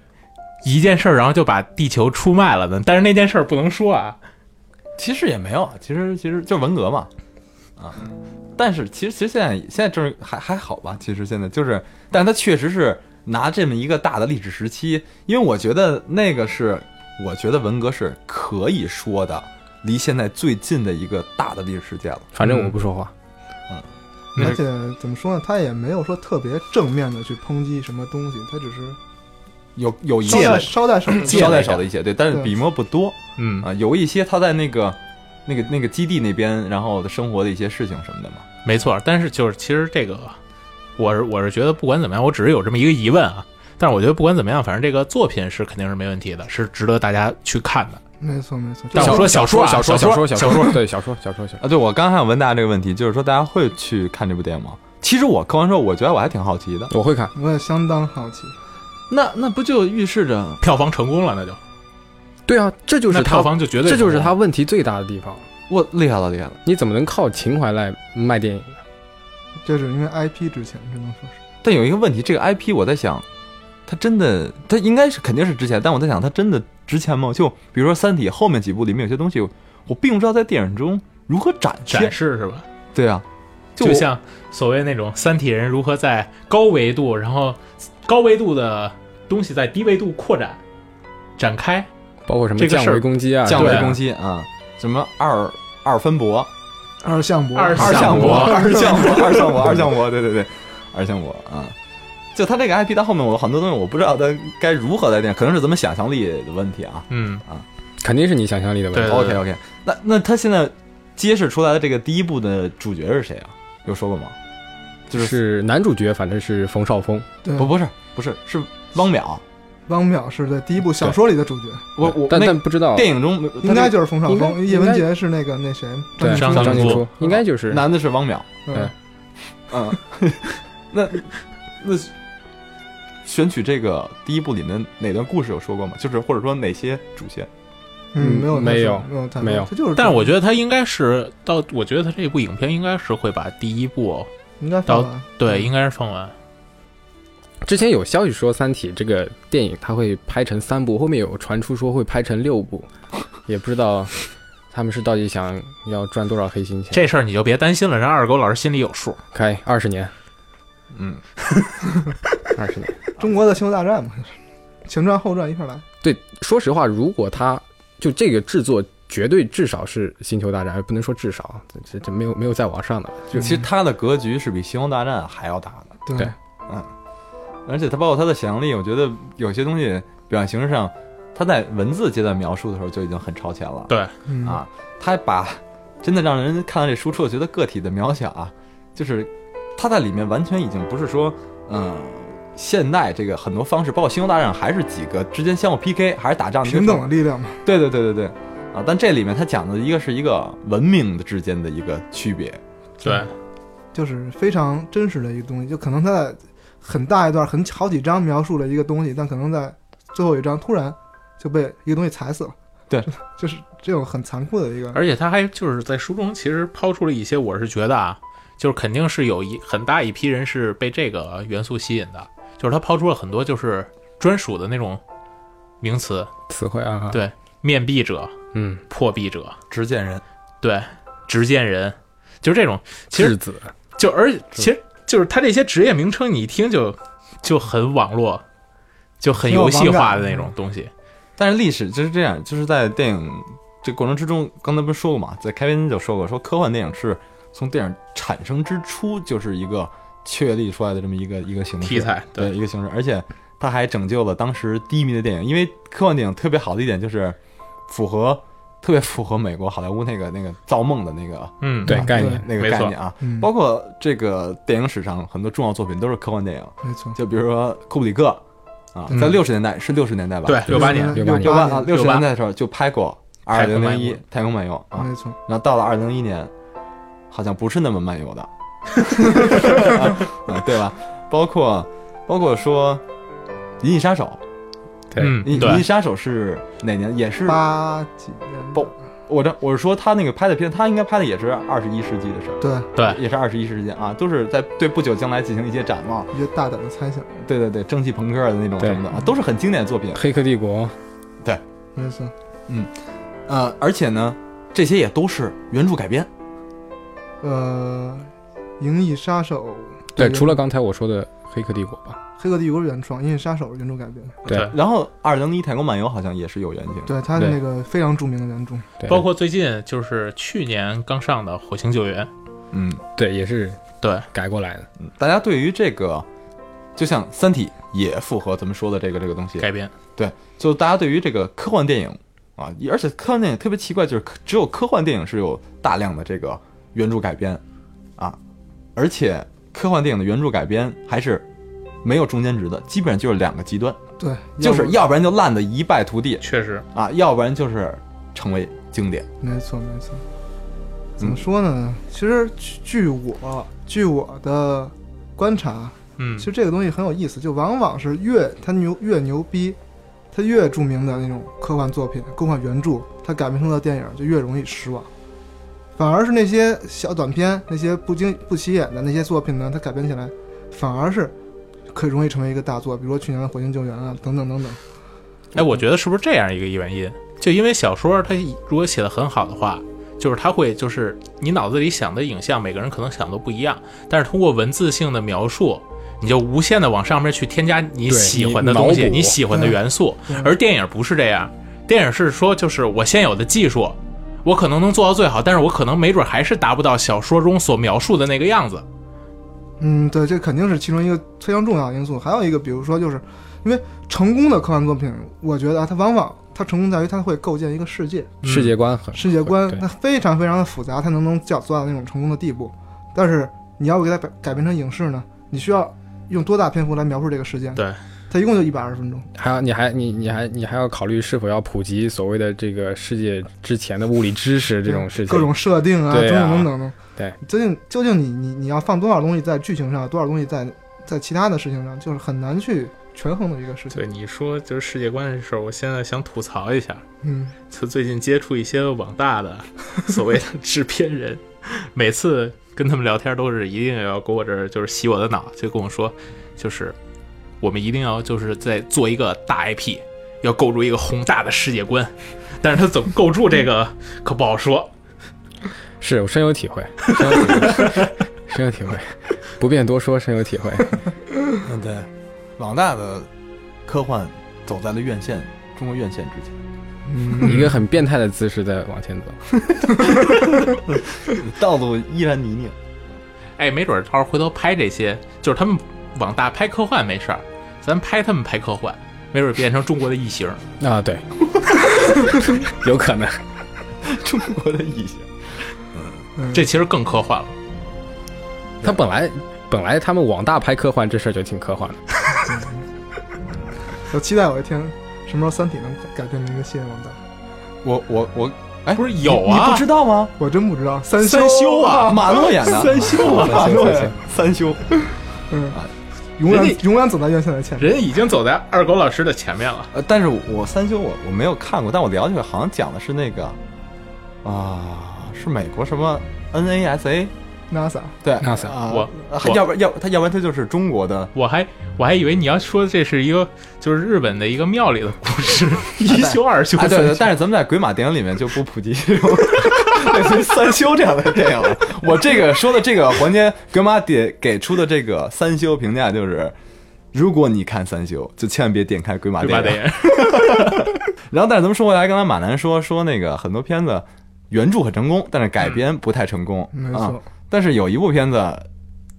Speaker 2: 一件事儿，然后就把地球出卖了呢？但是那件事儿不能说啊，
Speaker 1: 其实也没有，其实其实就是文革嘛，啊，但是其实其实现在现在就是还还好吧，其实现在就是，但他确实是拿这么一个大的历史时期，因为我觉得那个是，我觉得文革是可以说的，离现在最近的一个大的历史事件了。
Speaker 3: 反正我不说话。
Speaker 2: 那
Speaker 4: 而且怎么说呢，他也没有说特别正面的去抨击什么东西，他只是
Speaker 1: 有有一
Speaker 4: 捎带
Speaker 1: 些
Speaker 4: 捎带手
Speaker 2: 借
Speaker 1: 捎
Speaker 2: 了
Speaker 1: 带
Speaker 2: 一下
Speaker 1: 少的一些，对，但是
Speaker 4: 对
Speaker 1: 笔墨不多
Speaker 2: 嗯，
Speaker 1: 啊，有一些他在那个那个那个基地那边，然后生活的一些事情什么的嘛。
Speaker 2: 没错。但是就是其实这个，我是我是觉得不管怎么样，我只是有这么一个疑问啊。但是我觉得不管怎么样，反正这个作品是肯定是没问题的，是值得大家去看的。
Speaker 4: 没错没错，
Speaker 2: 但我
Speaker 4: 小
Speaker 2: 说小说啊，
Speaker 3: 小
Speaker 2: 说
Speaker 3: 小
Speaker 2: 说
Speaker 3: 小
Speaker 2: 小
Speaker 3: 说，对小说小说小说。
Speaker 1: 啊，对，我刚还想问大家这个问题，就是说大家会去看这部电影吗？其实我看完之后，我觉得我还挺好奇的。
Speaker 3: 我会看，
Speaker 4: 我也相当好奇，
Speaker 1: 那那不就预示着
Speaker 2: 票房成功了，那就
Speaker 3: 对啊，这就是
Speaker 2: 那
Speaker 3: 他
Speaker 2: 票，房就绝对
Speaker 3: 这就是
Speaker 2: 成功
Speaker 3: 他问题最大的地方。
Speaker 1: 我厉害了，厉害了！
Speaker 3: 你怎么能靠情怀来卖电影？
Speaker 4: 这只是因为 IP 值钱，只能说是
Speaker 1: 但有一个问题，这个 IP 我在想，它真的，它应该是肯定是值钱，但我在想，它真的值钱吗？就比如说《三体》后面几部里面有些东西，我并不知道在电影中如何展现。
Speaker 2: 展示是吧？
Speaker 1: 对啊，
Speaker 2: 就
Speaker 1: 我
Speaker 2: 像所谓那种三体人如何在高维度，然后高维度的东西在低维度扩展展开，
Speaker 3: 包括什么
Speaker 2: 这个
Speaker 3: 降
Speaker 2: 事儿
Speaker 3: 维攻击啊？
Speaker 1: 降维
Speaker 2: 对啊
Speaker 1: 攻击啊，什么二二分博、
Speaker 4: 二向箔，
Speaker 2: 二
Speaker 1: 二
Speaker 2: 向
Speaker 1: 向
Speaker 2: 箔
Speaker 1: 箔、二向箔、二向箔、二向箔，对对对，二向箔啊。就它这个 IP 到后面，我很多东西我不知道它该如何来电，可能是咱们想象力的问题啊。
Speaker 2: 嗯，
Speaker 3: 肯定是你想象力的问
Speaker 2: 对
Speaker 3: 题。
Speaker 1: OK OK，那那他现在揭示出来的这个第一部的主角是谁啊？有说过吗？就
Speaker 3: 就是是男主角，反正是冯绍峰，
Speaker 4: 对，
Speaker 1: 不不是不是是汪淼，
Speaker 4: 汪淼是在第一部小说里的主角，
Speaker 1: 我我
Speaker 3: 但
Speaker 1: 那
Speaker 3: 但不知道
Speaker 1: 电影中
Speaker 4: 应该就是冯绍
Speaker 3: 应该
Speaker 4: 峰，叶文洁是那个那谁，
Speaker 3: 对
Speaker 4: 张
Speaker 2: 张
Speaker 4: 静
Speaker 3: 张
Speaker 2: 静
Speaker 3: 静
Speaker 2: 初
Speaker 3: 初应该就是
Speaker 1: 男的是汪淼，
Speaker 4: 初
Speaker 3: 对
Speaker 4: 嗯，
Speaker 1: 嗯， (laughs) 那那选取这个第一部里面哪段故事有说过吗？就是或者说哪些主线？
Speaker 4: 嗯，没有
Speaker 3: 嗯
Speaker 4: 太
Speaker 3: 没
Speaker 4: 说
Speaker 3: 有
Speaker 4: 没有太
Speaker 3: 没
Speaker 4: 说
Speaker 3: 有
Speaker 4: 他就是，
Speaker 2: 但是我觉得他应该是到，我觉得他这部影片应该是会把第一部
Speaker 4: 应该放完
Speaker 3: 嗯
Speaker 2: 对，应该是放完，
Speaker 3: 之前有消息说，《三体》这个电影它会拍成三部，后面有传出说会拍成
Speaker 2: (laughs)
Speaker 3: 六部，也不知道他们是到底想要赚多少黑心钱。
Speaker 2: 这事儿你就别担心了，让二狗老师心里有数。
Speaker 3: 开二十年，
Speaker 1: 嗯，
Speaker 3: (laughs) 二十年。
Speaker 4: 中国的星球大战嘛，前传后传一块来，
Speaker 3: 对，说实话，如果他就这个制作，绝对至少是《星球大战》，不能说至少，这这这没有没有再往上的了。
Speaker 1: 就其实它的格局是比《星球大战》还要大的，
Speaker 4: 对
Speaker 3: 对
Speaker 1: 而且它包括它的想象力，我觉得有些东西表现形式上，它在文字阶段描述的时候就已经很超前了。
Speaker 2: 对，
Speaker 4: 嗯，
Speaker 1: 啊，他把真的让人看到这书之后觉得个体的渺小啊，就是他在里面完全已经不是说，嗯，现代这个很多方式，包括《星球大战》还是几个之间相互 PK，还是打仗
Speaker 4: 平等的。力量嘛，
Speaker 1: 对对对对对，啊，但这里面他讲的一个是一个文明的之间的一个区别，
Speaker 2: 对，
Speaker 4: 就是非常真实的一个东西，就可能他在很大一段很好几章描述了一个东西，但可能在最后一章突然就被一个东西踩死了，
Speaker 1: 对，
Speaker 4: 就是这种很残酷的一个，
Speaker 2: 而且他还就是在书中其实抛出了一些，我是觉得啊，就是肯定是有一很大一批人是被这个元素吸引的，就是他抛出了很多就是专属的那种名词，
Speaker 3: 词汇啊，
Speaker 2: 对面壁者、
Speaker 3: 嗯，
Speaker 2: 破壁者、
Speaker 5: 执剑人，
Speaker 2: 对，执剑人，就是这种，其实
Speaker 3: 质子，
Speaker 2: 就而且其实就是他这些职业名称，你一听就就很网络，就很游戏化
Speaker 3: 嗯
Speaker 2: 的那种东西。
Speaker 1: 但是历史就是这样，就是在电影这过程之中，刚才不是说过嘛，在开篇就说过，说科幻电影是从电影产生之初就是一个确立出来的这么一个一个形式
Speaker 2: 题材
Speaker 1: 对
Speaker 2: 对
Speaker 1: 一个形式，而且它还拯救了当时低迷的电影，因为科幻电影特别好的一点就是符合。特别符合美国好莱坞那个那个造梦的那个
Speaker 2: 嗯，
Speaker 3: 对
Speaker 4: 啊
Speaker 3: 概念，
Speaker 1: 那个
Speaker 2: 没错
Speaker 1: 概念啊。
Speaker 4: 嗯，
Speaker 1: 包括这个电影史上很多重要作品都是科幻电影，
Speaker 4: 没错，
Speaker 1: 就比如说库布里克啊，
Speaker 4: 嗯
Speaker 1: 在六十年代是六十年代吧？
Speaker 2: 对，六八
Speaker 4: 68
Speaker 2: 年
Speaker 4: 年
Speaker 3: 68
Speaker 1: 六八
Speaker 4: 68
Speaker 1: 啊，六十年代的时候就拍过《二
Speaker 2: 太空
Speaker 1: 零
Speaker 2: 漫
Speaker 1: 零
Speaker 2: 游
Speaker 1: 一太空漫游》啊，
Speaker 4: 没错，
Speaker 1: 然后到了二零一年，好像不是那么漫游的，啊，对吧？包括包括说《银翼杀手》，
Speaker 3: 对
Speaker 2: 嗯
Speaker 1: 《银
Speaker 2: 对
Speaker 1: 银翼杀手》是哪年？也是
Speaker 4: 八几年
Speaker 1: 不
Speaker 4: 的，
Speaker 1: 我这我是说他那个拍的片，他应该拍的也是二十一世纪的事儿，
Speaker 4: 对，
Speaker 1: 也是二十一世纪啊，都是在对不久将来进行一些展望。
Speaker 4: 一些大胆的猜想，
Speaker 1: 对对对，蒸汽朋克的那种
Speaker 3: 对
Speaker 1: 什么的，啊都是很经典的作品。
Speaker 3: 《黑客帝国》
Speaker 4: 没错，
Speaker 1: 呃，而且呢，这些也都是原著改编。
Speaker 4: 呃，《银翼杀手》
Speaker 3: 对，
Speaker 2: 嗯
Speaker 4: 原
Speaker 3: 除了刚才我说的《黑客帝国》吧，
Speaker 4: 《黑客帝国》是原创，《银翼杀手》是原著改编，
Speaker 2: 对
Speaker 3: 对，
Speaker 1: 然后二零一太空漫游好像也是有原型的。
Speaker 4: 对，它是
Speaker 3: 对
Speaker 4: 那个非常著名的原著，
Speaker 3: 对
Speaker 2: 包括最近就是去年刚上的《火星救援》，
Speaker 1: 嗯，
Speaker 3: 对也是
Speaker 2: 对
Speaker 3: 改过来的，
Speaker 1: 嗯大家对于这个，就像《三体》也符合咱们说的这个这个东西，
Speaker 2: 改编，
Speaker 1: 就大家对于这个科幻电影啊，也而且科幻电影特别奇怪，就是科只有科幻电影是有大量的这个原著改编啊，而且科幻电影的原著改编还是没有中间值的，基本上就是两个极端，
Speaker 4: 对，
Speaker 1: 就是
Speaker 4: 不
Speaker 1: 要不然就烂的一败涂地
Speaker 2: 确实，
Speaker 1: 啊，要不然就是成为经典。
Speaker 4: 没错没错。怎
Speaker 1: 嗯
Speaker 4: 么说呢？其实据据我据我的观察，
Speaker 2: 嗯
Speaker 4: 其，实这个东西很有意思，就往往是越它牛越牛逼，它越著名的那种科幻作品、科幻原著，它改编成的电影就越容易失望。反而是那些小短片、那些不经不起眼的那些作品呢，它改编起来反而是可以容易成为一个大作，比如说去年的《火星救援》啊，等等等等。
Speaker 2: 哎，我觉得是不是这样一个原因？就因为小说它如果写的很好的话，就是它会就是你脑子里想的影像，每个人可能想的都不一样，但是通过文字性的描述。你就无限的往上面去添加你
Speaker 3: 对
Speaker 2: 喜
Speaker 3: 你
Speaker 2: 欢的东西，
Speaker 3: 脑
Speaker 2: 你
Speaker 3: 补
Speaker 2: 喜欢的
Speaker 4: 嗯
Speaker 2: 元素，
Speaker 4: 对
Speaker 2: 而电影不是这样，电影是说就是我现有的技术，我可能能做到最好，但是我可能没准还是达不到小说中所描述的那个样子。
Speaker 4: 嗯，对，这肯定是其中一个非常重要的因素。还有一个，比如说，就是因为成功的科幻作品，我觉得啊，它往往它成功在于它会构建一个世界，
Speaker 2: 嗯
Speaker 3: 世界观很
Speaker 4: 世界观
Speaker 3: 对
Speaker 4: 它非常非常的复杂，它能能叫做到那种成功的地步。但是你要给它改改编成影视呢，你需要用多大篇幅来描述这个世界？
Speaker 2: 对，
Speaker 4: 它一共就一百二十分钟。
Speaker 3: 还有你还你你还你还要考虑是否要普及所谓的这个世界之前的物理知识这种事情，
Speaker 4: 各种设定啊，
Speaker 3: 对啊
Speaker 4: 等等等等。
Speaker 3: 对，
Speaker 4: 究竟究竟你你你要放多少东西在剧情上，多少东西在在其他的事情上，就是很难去权衡的一个事情。
Speaker 2: 对你说就是世界观这事儿，我现在想吐槽一下，
Speaker 4: 嗯，
Speaker 2: 就最近接触一些网大的 (laughs) 所谓的制片人，每次跟他们聊天都是一定要给我这儿就是洗我的脑，就跟我说，就是我们一定要就是在做一个大 IP，要构筑一个宏大的世界观，但是他怎么构筑这个可不好说。
Speaker 3: 是我深有体
Speaker 2: (laughs)
Speaker 3: 会，深有体会，深有体会，不便多说，深有体会。
Speaker 1: 嗯，对，网大的科幻走在了院线中国院线之前。
Speaker 2: 嗯
Speaker 3: 以一个很变态的姿势在往前走，
Speaker 1: 道路依然泥泞。 (laughs)
Speaker 2: 哎，没准儿到时候回头拍这些，就是他们网大拍科幻没事儿，咱拍他们拍科幻，没准儿变成中国的异形。(laughs)
Speaker 3: 啊，对，有可能。
Speaker 1: 中国的异形，
Speaker 4: 嗯
Speaker 2: 这其实更科幻了。
Speaker 3: 他本来本来他们网大拍科幻这事儿就挺科幻的，
Speaker 4: 我期待有一天什么时候《三体》能改编成一个系列王道，
Speaker 1: 我我我，哎，
Speaker 2: 不是有啊
Speaker 1: 你不知道吗？
Speaker 4: 我真不知道三
Speaker 1: 三
Speaker 4: 修
Speaker 1: 修啊，马洛演的
Speaker 2: 三修啊
Speaker 1: 马洛演的三修，
Speaker 4: 嗯，永
Speaker 2: 人
Speaker 4: 远永远走在院线的前面。
Speaker 2: 人已经走在二狗老师的前面了。
Speaker 1: 呃，但是我三修我我没有看过，但我了解好像讲的是那个啊，是美国什么 NASA
Speaker 4: 那 a s
Speaker 1: 对
Speaker 3: NASA
Speaker 1: 啊
Speaker 2: 我
Speaker 1: 啊
Speaker 2: 我
Speaker 1: 要不然要他要不然他就是中国的
Speaker 2: 我还我还以为你要说这是一个就是日本的一个庙里的故事， (laughs) 哎一休二休
Speaker 1: 啊
Speaker 2: 三
Speaker 1: 对对，
Speaker 2: 休。
Speaker 1: 但是咱们在鬼马电影里面就不普及这种 (laughs) 类似于三修这样的电影了。我这个说的这个环节，鬼马给给出的这个三修评价就是：如果你看三修，就千万别点开鬼马
Speaker 2: 对
Speaker 1: 电
Speaker 2: 吧？
Speaker 1: 影。
Speaker 2: 得 (laughs) 人
Speaker 1: 然后，但是咱们说回来，刚才马南说说那个很多片子原著很成功，但是改编不太成功。
Speaker 2: 嗯
Speaker 4: 没
Speaker 1: 啊
Speaker 4: 错，
Speaker 1: 但是有一部片子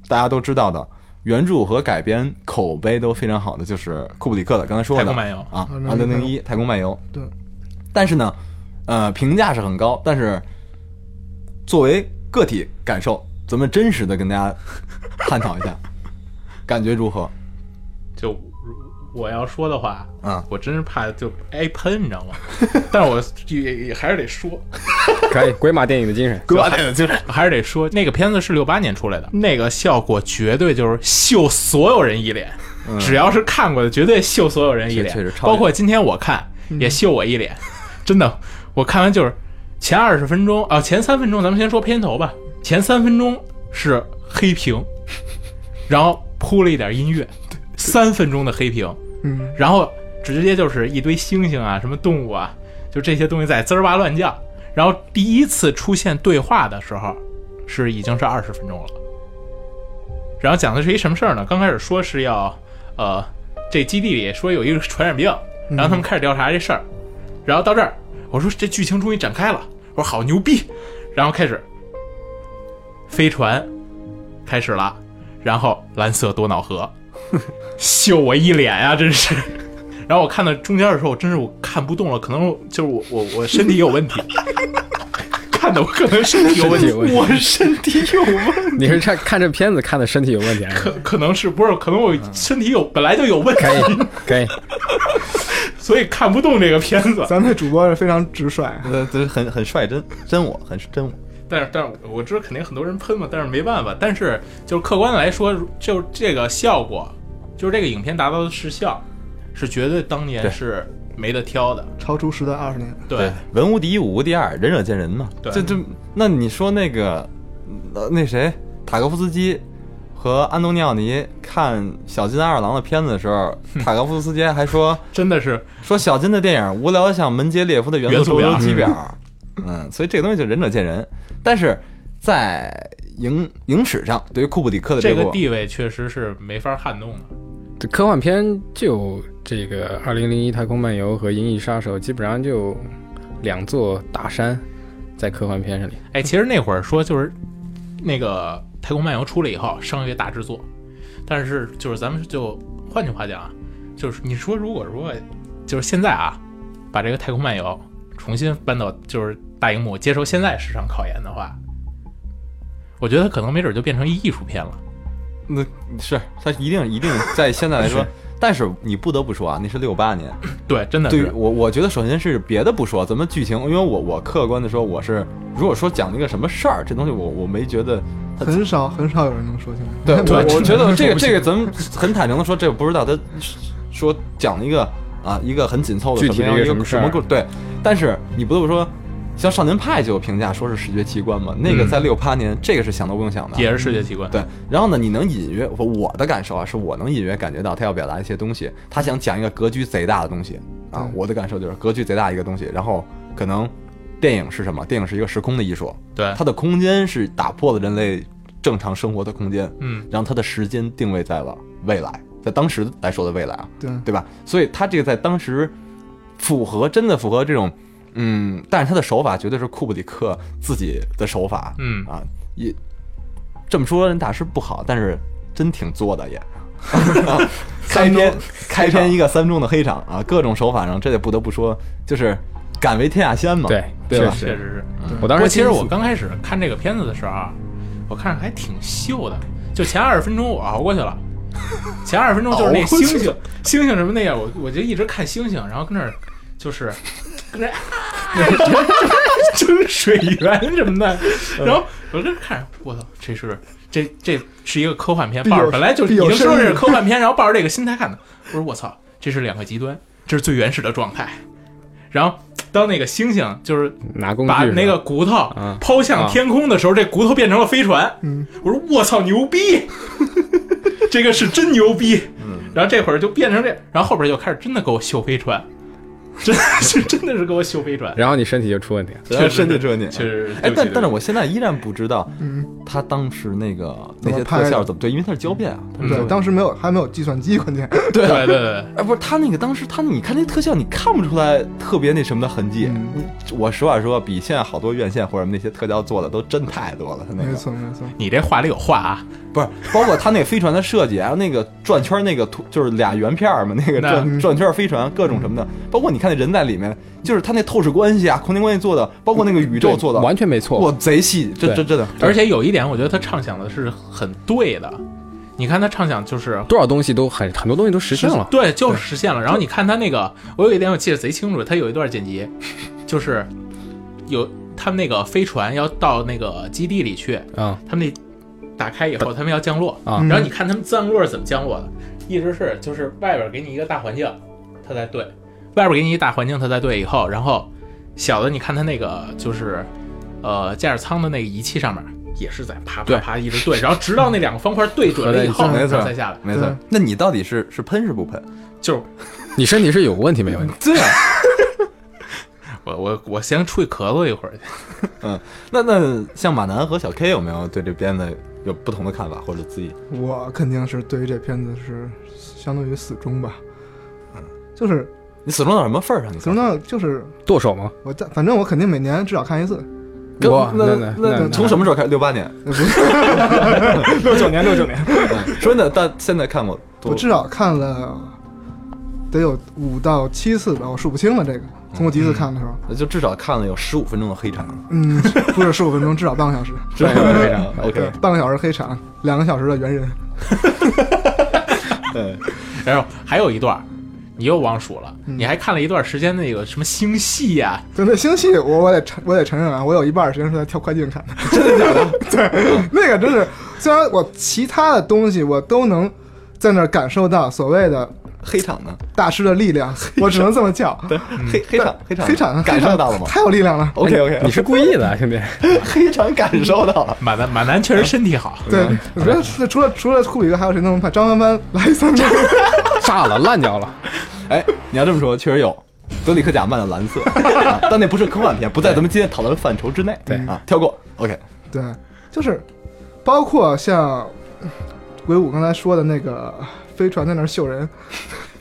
Speaker 1: 大家都知道的，原著和改编口碑都非常好的，就是库布里克的，刚才说
Speaker 2: 太
Speaker 1: 的
Speaker 2: 空漫游哦
Speaker 1: 啊，
Speaker 4: 2001
Speaker 1: 二零零一《太空漫游》。
Speaker 4: 对，
Speaker 1: 但是呢，呃，评价是很高，但是作为个体感受，咱们真实的跟大家探讨一 (laughs) 下，感觉如何？
Speaker 2: 就如我要说的话，
Speaker 1: 嗯，
Speaker 2: 我真是怕就挨喷，你知道吗？ (laughs) 但是我也也还是得说，
Speaker 3: 可以， (laughs) 鬼马电影的精神，
Speaker 1: 哥那个精神，
Speaker 2: 还是得说，那个片子是六八年出来的，那个效果绝对就是秀所有人一脸，只要是看过的，绝对秀所有人一脸，
Speaker 1: 嗯确确实超
Speaker 2: 包括今天我看也秀我一脸，真的，我看完就是前二十分钟啊、前三分钟，咱们先说片头吧，前三分钟是黑屏，然后铺了一点音乐，三分钟的黑屏，
Speaker 4: 嗯，
Speaker 2: 然后直接就是一堆猩猩啊，什么动物啊，就这些东西在滋儿哇乱叫。然后第一次出现对话的时候，是已经是二十分钟了。然后讲的是一什么事儿呢？刚开始说是要，呃，这基地里说有一个传染病，然后他们开始调查这事儿。然后到这儿，我说这剧情终于展开了，我说好牛逼。然后开始，飞船开始了，然后蓝色多瑙河，秀我一脸呀、真是。然后我看到中间的时候，真是我看不动了，可能就是我我我身体有问题，看的我可能身体有问题，
Speaker 3: 身体有问题
Speaker 2: 我身体有问题，
Speaker 3: 你是看看这片子看的身体有问题还
Speaker 2: (laughs)
Speaker 3: 是？
Speaker 2: 可可能是不是？可能我身体有本来就有问题，
Speaker 3: 可以，可以，
Speaker 2: 所以看不动这个片子。
Speaker 4: 咱们这主播是非常直率，
Speaker 1: 呃，对，很很率真，真我，很真我。
Speaker 2: 但是但是我知道肯定很多人喷嘛，但是没办法。但是就是客观的来说，就是这个效果，就是这个影片达到的视效，是绝对当年
Speaker 1: 对
Speaker 2: 是没得挑的。
Speaker 4: 超出时代二十年。
Speaker 2: 对，
Speaker 1: 文无第一，武无第二，仁者见仁嘛。
Speaker 2: 对
Speaker 1: 这这，那你说那个，呃那谁，塔科夫斯基和安东尼奥尼看小金二郎的片子的时
Speaker 2: (laughs)
Speaker 1: 候，塔科夫斯基还说
Speaker 2: 真的是
Speaker 1: 说小金的电影无聊得像门捷列夫的元素周期表。嗯，所以这个东西就仁者见仁，但是在影影史上，对于库布里克的
Speaker 2: 这
Speaker 1: 这
Speaker 2: 个
Speaker 1: 部，
Speaker 2: 地位确实是没法撼动的。
Speaker 3: 这科幻片就这个《二零零一太空漫游》和《银翼杀手》，基本上就两座大山在科幻片上里。
Speaker 2: 哎，其实那会儿说就是那个《太空漫游》出来以后，商业大制作，但是就是咱们就换句话讲啊，就是你说如果说就是现在啊，把这个《太空漫游》重新搬到就是大荧幕，接受现在市场考研的话，我觉得可能没准就变成一艺术片了。
Speaker 1: 那是它一定一定在现在来
Speaker 2: (laughs)
Speaker 1: 说，但是你不得不说啊，那是六八年，
Speaker 2: 对，真的
Speaker 1: 对于
Speaker 2: 是
Speaker 1: 我，我觉得首先是别的不说，咱们剧情，因为我我客观的说，我是如果说讲那个什么事儿，这东西我我没觉得它
Speaker 4: 很少很少有人能说清楚。
Speaker 3: (laughs)
Speaker 1: 对，我我觉得这个
Speaker 4: 不行
Speaker 1: 这个咱们很坦诚的说，这个不知道他说讲了一个啊一个很紧凑的
Speaker 3: 具体
Speaker 1: 什么
Speaker 3: 的
Speaker 1: 样一
Speaker 3: 一个什么
Speaker 1: 个
Speaker 3: 事
Speaker 1: 什
Speaker 3: 儿
Speaker 1: 么故对，但是你不得不说，像少年派就有评价说是视觉奇观嘛，那个
Speaker 2: 嗯
Speaker 1: 在六八年，这个是想都不用想的，
Speaker 2: 也是世界奇观。
Speaker 1: 对，然后呢，你能隐约我我的感受啊，是我能隐约感觉到他要表达一些东西，他想讲一个格局贼大的东西啊
Speaker 4: 嗯。
Speaker 1: 我的感受就是格局贼大一个东西，然后可能电影是什么？电影是一个时空的艺术，
Speaker 2: 对，
Speaker 1: 它的空间是打破了人类正常生活的空间，
Speaker 2: 嗯，
Speaker 1: 让它的时间定位在了未来，在当时来说的未来啊，
Speaker 4: 对，
Speaker 1: 对吧？所以他这个在当时符合，真的符合这种，嗯，但是他的手法绝对是库布里克自己的手法，
Speaker 2: 嗯
Speaker 1: 啊，也这么说人大师不好，但是真挺作的也。开篇开篇一个三中的黑场啊，各种手法上，这得不得不说，就是敢为天下先嘛，
Speaker 3: 对，
Speaker 1: 哦对吧
Speaker 3: 确
Speaker 2: 确实
Speaker 3: 实，
Speaker 2: 是。
Speaker 3: 我当时
Speaker 2: 不过其实我刚开始看这个片子的时候啊，我看着还挺秀的，就前二十分钟我熬过去了。前二十分钟就是那星星，星星什么那样，我我就一直看星星，然后跟那儿
Speaker 4: (laughs)
Speaker 2: 就是跟那儿、啊、 (laughs) 争水源什么的，
Speaker 4: 嗯
Speaker 2: 然后我跟那儿看着，我操，这是这这是一个科幻片，抱着本来就已
Speaker 4: 必有
Speaker 2: 经说
Speaker 4: 深
Speaker 2: 这
Speaker 4: 意
Speaker 2: 是科幻片，然后抱着这个心态看的，我说我操，这是两个极端，这是最原始的状态。然后当那个星星就是
Speaker 3: 拿工具
Speaker 2: 把
Speaker 3: 是吧
Speaker 2: 那个骨头
Speaker 3: 嗯
Speaker 2: 抛向天空的时候，这骨头变成了飞船。
Speaker 4: 嗯，
Speaker 2: 我说我操牛逼，这个是真牛逼。然后这会儿就变成这，然后后边就开始真的给我秀飞船，真的是真的是给我秀飞
Speaker 3: (laughs)
Speaker 2: 船，
Speaker 3: 然后你身体就出问题了。
Speaker 1: 确实真的这你，
Speaker 2: 确实。
Speaker 1: 哎，但但是
Speaker 2: 我
Speaker 1: 我现在依然不知道
Speaker 4: 嗯，
Speaker 1: 他当时那个
Speaker 4: 怎
Speaker 1: 那
Speaker 4: 么
Speaker 1: 些
Speaker 4: 拍
Speaker 1: 特效
Speaker 4: 的
Speaker 1: 怎么对，因为它是胶片啊，它是胶
Speaker 4: 对，
Speaker 1: 片
Speaker 4: 当时没有还没有计算机，关键
Speaker 1: 对啊
Speaker 2: 对对对，
Speaker 1: 哎，不是他那个当时他，你看那特效，你看不出来特别那什么的痕迹。
Speaker 4: 嗯
Speaker 1: 你我实话说，比现在好多院线或者那些特效做的都真太多了。他那
Speaker 4: 没
Speaker 1: 个
Speaker 4: 错没错，
Speaker 2: 你这话里有话啊，
Speaker 1: 不是，包括他那个飞船的设计，还有那个转圈儿那个图，就是俩圆片儿嘛，那个
Speaker 2: 那
Speaker 4: 嗯
Speaker 1: 转转圈儿飞船各种什么的，包括你看看那人在里面，就是他那透视关系啊、空间关系做的，包括那个宇宙做的，
Speaker 3: 完全没错。
Speaker 1: 哇贼细，这
Speaker 3: 对
Speaker 1: 这真的。
Speaker 2: 而且有一点，我觉得他畅想的是很对的。你看他畅想就是
Speaker 3: 多少东西都很很多东西都实现了，
Speaker 2: 对，就是实现了。然后你看他那个，我有一点我记得贼清楚，他有一段剪辑，就是有他们那个飞船要到那个基地里去，
Speaker 3: 嗯，
Speaker 2: 他们那打开以后，他们要降落
Speaker 3: 啊
Speaker 4: 嗯
Speaker 2: 然后你看他们降落是怎么降落的，一直是就是外边给你一个大环境，它在对，外边给你一大环境，它在对以后，然后小的你看它那个就是呃驾驶舱的那个仪器上面也是在啪啪
Speaker 3: 对
Speaker 2: 啪一直对，然后直到那两个方块对准了以后，
Speaker 3: 合
Speaker 1: 在一起没
Speaker 2: 然
Speaker 1: 错
Speaker 2: 后再下来，
Speaker 1: 没错
Speaker 4: 对，
Speaker 1: 那你到底是是喷是不喷？
Speaker 2: 就是
Speaker 3: 你身体是有问题没问题？
Speaker 1: 对啊，
Speaker 2: 我我我先出去咳嗽一会儿去。
Speaker 1: 那那像马南和小 K 有没有对这片子有不同的看法，或者自己
Speaker 4: 我肯定是对于这片子是相当于死忠吧，嗯就是
Speaker 1: 你死忠到什么份儿上？你
Speaker 4: 怎么
Speaker 1: 到
Speaker 4: 呢？就是
Speaker 3: 剁手吗？
Speaker 4: 我在，反正我肯定每年至少看一次，
Speaker 3: 哇，
Speaker 1: 那
Speaker 3: 那
Speaker 1: 那
Speaker 3: 那那
Speaker 1: 从什么时候开始？六八年，
Speaker 4: 不是，
Speaker 3: 六九年六九年，
Speaker 1: (laughs) 真的到现在看过多
Speaker 4: 我至少看了得有五到七次吧，我数不清了。这个
Speaker 1: 嗯
Speaker 4: 从我第一次看的时候，
Speaker 1: 就至少看了有十五分钟的 (laughs) 黑场，
Speaker 4: 嗯，不是十五分钟，至少半个小时，
Speaker 1: 十五分钟的 (laughs) 黑场。OK，
Speaker 4: 半个小时黑场，两个小时的猿人，
Speaker 1: 对，
Speaker 2: 然后还有一段儿，你又忘数了，
Speaker 4: 嗯
Speaker 2: 你还看了一段时间那个什么星系呀、
Speaker 4: 就那星系，我我得承我得承认啊，我有一半儿时间是在跳快进看
Speaker 1: (laughs)
Speaker 4: 的，真 (laughs) 的假的？对，那个真是，虽然我其他的东西我都能在那儿感受到所谓的
Speaker 1: 黑场呢？
Speaker 4: 大师的力量，我只能这么叫，
Speaker 1: 黑黑场，嗯黑场，
Speaker 4: 黑场
Speaker 1: 感受到了吗 (laughs) 哦
Speaker 4: 太有力量了。
Speaker 1: ？OK OK，
Speaker 3: 你是故意的啊，兄弟？
Speaker 1: (laughs) 黑场感受到了。
Speaker 2: 马南马南确实身体好，
Speaker 4: 对，我觉得是除了除了库里哥，还有谁能把张帆帆来三 (laughs) 个？
Speaker 3: 炸了，烂掉了，
Speaker 1: 哎，你要这么说，确实有。德里克贾曼的蓝 (laughs) 色，啊但那不是科幻片，不在咱们今天讨论范畴之内。
Speaker 3: 对
Speaker 1: 啊，跳过。OK，
Speaker 4: 对，就是包括像鬼舞刚才说的那个飞船在那儿秀人、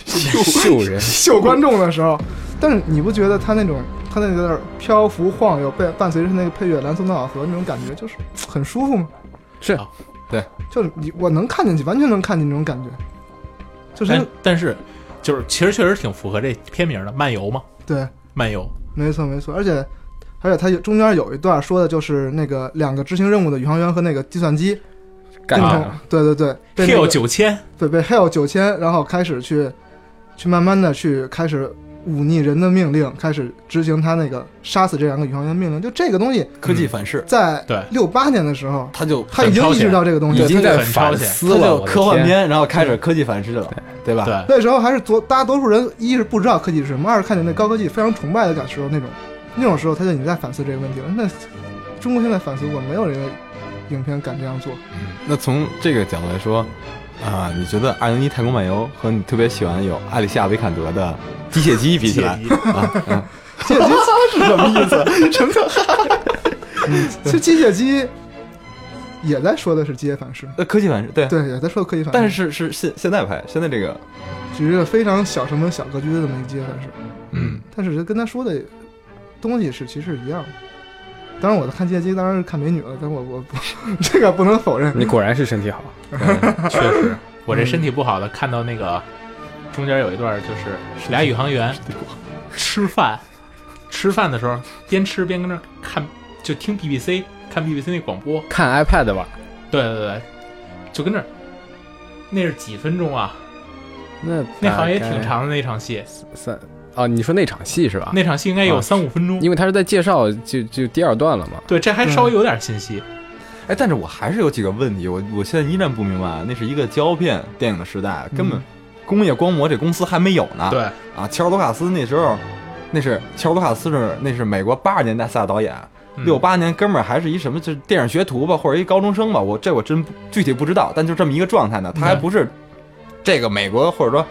Speaker 3: 秀人，
Speaker 4: 秀观众的时候，但是你不觉得他那种他那在那儿漂浮晃悠，伴伴随着那个配乐《蓝色闹小河》那种感觉，就是很舒服吗？
Speaker 3: 是
Speaker 4: 就是你我能看进去，完全能看进那种感觉，就是、
Speaker 2: 但但是就是其实确实挺符合这片名的，漫游嘛，
Speaker 4: 对，
Speaker 2: 漫游。
Speaker 4: 没错没错，而且。而且它有中间有一段说的就是那个两个执行任务的宇航员和那个计算机
Speaker 3: 干
Speaker 4: 共
Speaker 3: 掉
Speaker 4: 同
Speaker 3: 了，
Speaker 4: 对对对，被那
Speaker 2: (laughs) Hill
Speaker 4: 个
Speaker 2: 九千，
Speaker 4: 对，被 Hell 九千，然后开始去去慢慢的去开始忤逆人的命令，开始执行他那个杀死这两个宇航员的命令。就这个东西，
Speaker 1: 科技反噬，
Speaker 4: 在
Speaker 2: 对
Speaker 4: 六八年的时候，
Speaker 1: 他就
Speaker 4: 他已经
Speaker 2: 很超
Speaker 4: 意
Speaker 2: 前
Speaker 4: 识到这个东西
Speaker 3: 已
Speaker 4: 了。
Speaker 3: 经在
Speaker 2: 很超
Speaker 3: 反
Speaker 2: 前
Speaker 1: 他
Speaker 3: 思了，
Speaker 1: 就
Speaker 3: 我的
Speaker 1: 科幻
Speaker 3: 天
Speaker 1: 片，然后开始科技反噬了，对
Speaker 4: 啊 (laughs)
Speaker 1: 吧？
Speaker 2: 对，
Speaker 4: 那时候还是多大多数人一是不知道科技是什么，二是看见那高科技非常崇拜的感时候那种那种时候，他就已经在反思这个问题了。那中国现在反思过，没有人影片敢这样做。
Speaker 1: 那从这个角度来说，啊，你觉得《二零一太空漫游》和你特别喜欢有艾丽夏·维坎德的《机械姬》比起来
Speaker 2: 解，
Speaker 1: 啊，嗯 (laughs)
Speaker 4: 机械机是什么意思？什么叫？ (laughs) 其实机械机也在说的是机械反噬。
Speaker 1: 那呃科技反噬对，
Speaker 4: 对，也在说科技反噬，
Speaker 1: 但是是现现在拍，现在这个，
Speaker 4: 只是一个非常小成本、小格局的这么一个阶段是，
Speaker 1: 嗯，
Speaker 4: 但是跟他说的东西是其实是一样的。当然，我的看街机当然是看美女了，但我我不 (laughs) 这个不能否认。
Speaker 3: 你果然是身体好，
Speaker 2: 嗯确
Speaker 4: (laughs)
Speaker 2: 实，我
Speaker 4: 嗯
Speaker 2: 这身体不好的，看到那个中间有一段就是俩宇航员
Speaker 1: 哎
Speaker 2: 吃饭，吃饭的时候边吃边跟那儿看，就听 BBC 看 BBC 那广播，
Speaker 3: 看 iPad 吧，
Speaker 2: 对对对，就跟那儿，那是几分钟啊？
Speaker 3: 那
Speaker 2: 那好像也
Speaker 3: 大概
Speaker 2: 挺长的那场戏，
Speaker 3: 三哦，你说那场戏
Speaker 1: 啊
Speaker 3: 是吧？
Speaker 2: 那场戏应该有三五分钟。
Speaker 3: 因为他是在介绍就就第二段了嘛，
Speaker 2: 对，这还
Speaker 1: 嗯
Speaker 2: 稍微有点信息。
Speaker 1: 哎，但是我还是有几个问题，我我现在依然不明白，那是一个胶片电影的时代，根
Speaker 4: 嗯
Speaker 1: 本工业光魔这公司还没有呢，
Speaker 2: 对，
Speaker 1: 啊，乔尔卢卡斯那时候，那是乔尔卢卡斯是那是美国八十年代赛导演，
Speaker 2: 嗯
Speaker 1: 六八年哥们儿还是一什么就是电影学徒吧，或者一高中生吧，我这我真不具体不知道，但就这么一个状态呢，他还
Speaker 2: 嗯
Speaker 1: 不是这个美国或者说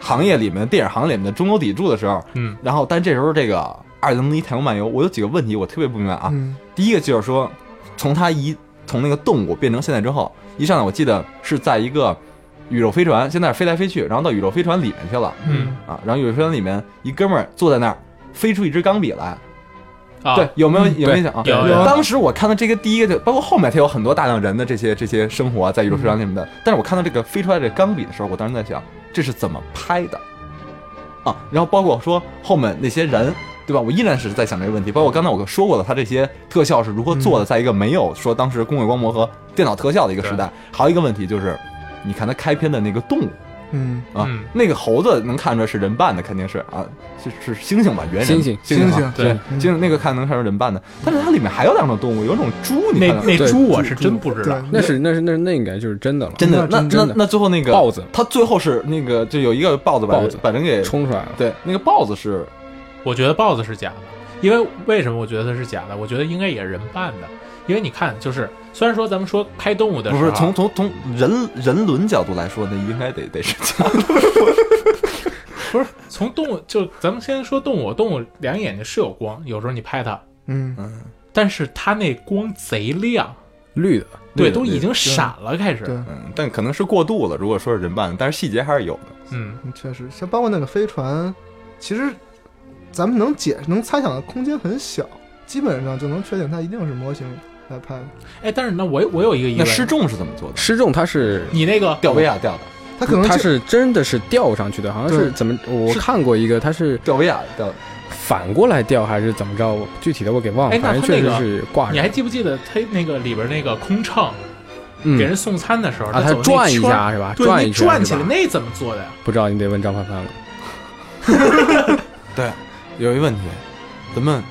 Speaker 1: 行业里面的电影行业里面的中流砥柱的时候，
Speaker 2: 嗯，
Speaker 1: 然后但这时候这个二零零一太空漫游，我有几个问题我特别不明白啊，
Speaker 4: 嗯，
Speaker 1: 第一个就是说，从他一从那个动物变成现在之后，一上来我记得是在一个宇宙飞船，现在飞来飞去，然后到宇宙飞船里面去了，
Speaker 2: 嗯
Speaker 1: 啊，然后宇宙飞船里面一哥们儿坐在那儿。飞出一支钢笔来，
Speaker 2: 啊，
Speaker 1: 对，，有没有有没有
Speaker 3: 对
Speaker 1: 印象啊？
Speaker 2: 有
Speaker 4: 有
Speaker 1: 当时我看到这个第一个，就包括后面它有很多大量人的这些这些生活在宇宙飞
Speaker 2: 嗯
Speaker 1: 船里面的，但是我看到这个飞出来这钢笔的时候，我当时在想，这是怎么拍的？啊，然后包括说后面那些人，对吧？我依然是在想这个问题。包括刚才我说过的，它这些特效是如何做的，在一个没有说当时工业光魔和电脑特效的一个时代。还有一个问题就是，你看它开篇的那个动物
Speaker 4: 嗯，
Speaker 1: 啊，
Speaker 2: 嗯
Speaker 1: 那个猴子能看出来是人扮的，肯定是啊，是是猩猩吧，猿人
Speaker 3: 猩猩
Speaker 1: 猩猩啊
Speaker 4: 猩猩
Speaker 1: 对，
Speaker 4: 嗯
Speaker 1: 猩猩那个看能看出人扮的。但是它里面还有两种动物，有一种猪，你
Speaker 2: 那
Speaker 1: 看到没
Speaker 2: 那
Speaker 3: 对
Speaker 2: 猪我是真不知道
Speaker 4: 对，，
Speaker 3: 那是那是那是那应该就是真的了，
Speaker 1: 真的，那
Speaker 4: 那
Speaker 1: 那
Speaker 4: 真
Speaker 1: 那最后那个
Speaker 3: 豹子
Speaker 1: 它最后是那个就有一个豹子把
Speaker 3: 豹子
Speaker 1: 把人给
Speaker 3: 冲出来了。
Speaker 1: 对，那个豹子是
Speaker 2: 我觉得豹子是假的，因为为什么我觉得它是假的？我觉得应该也是人扮的，因为你看，就是虽然说咱们说拍动物的时
Speaker 1: 不
Speaker 2: 候，啊
Speaker 1: 是啊从从从人人伦角度来说，那应该得得是假的。
Speaker 2: 不是从动物，就咱们先说动物，动物两眼睛是有光，有时候你拍它，
Speaker 4: 嗯，
Speaker 2: 但是它那光贼亮，
Speaker 3: 绿的，
Speaker 1: 对
Speaker 2: 对，
Speaker 1: 的
Speaker 2: 都
Speaker 1: 对
Speaker 2: 已
Speaker 1: 的
Speaker 2: 经闪了，开始，
Speaker 4: 对，
Speaker 1: 嗯，但可能是过度了。如果说是人扮的，但是细节还是有的。
Speaker 2: 嗯，
Speaker 4: 嗯确实，像包括那个飞船，其实咱们能解能猜想的空间很小，基本上就能确定它一定是模型来拍的。
Speaker 2: 哎，但是那我我有一个疑
Speaker 1: 那
Speaker 2: 问，
Speaker 1: 失重是怎么做的？
Speaker 3: 失重它是
Speaker 2: 你那个
Speaker 1: 吊威亚吊的，
Speaker 4: 它可能
Speaker 3: 它
Speaker 4: 就是
Speaker 3: 真的是吊上去的，好像是
Speaker 4: 对
Speaker 3: 怎么我
Speaker 1: 是
Speaker 3: 看过一个，它是
Speaker 1: 吊威亚吊的。
Speaker 3: 反过来吊还是怎么着？我具体的我给忘了，
Speaker 2: 哎那
Speaker 3: 反正
Speaker 2: 它
Speaker 3: 确
Speaker 2: 那
Speaker 3: 实
Speaker 2: 个
Speaker 3: 是挂
Speaker 2: 你
Speaker 3: 着
Speaker 2: 还。记不记得它那个里边那个空乘
Speaker 3: 嗯
Speaker 2: 给人送餐的时候，
Speaker 3: 啊，
Speaker 2: 它
Speaker 3: 它
Speaker 2: 走那
Speaker 3: 转一
Speaker 2: 圈儿
Speaker 3: 下是吧？
Speaker 2: 对，
Speaker 3: 转
Speaker 2: 那
Speaker 3: 一圈
Speaker 2: 转
Speaker 3: 是
Speaker 2: 起来
Speaker 3: 吧？
Speaker 2: 那怎么做的呀？ (laughs)
Speaker 3: 不知道你得问张帆帆了。
Speaker 1: 对，有一问题，咱们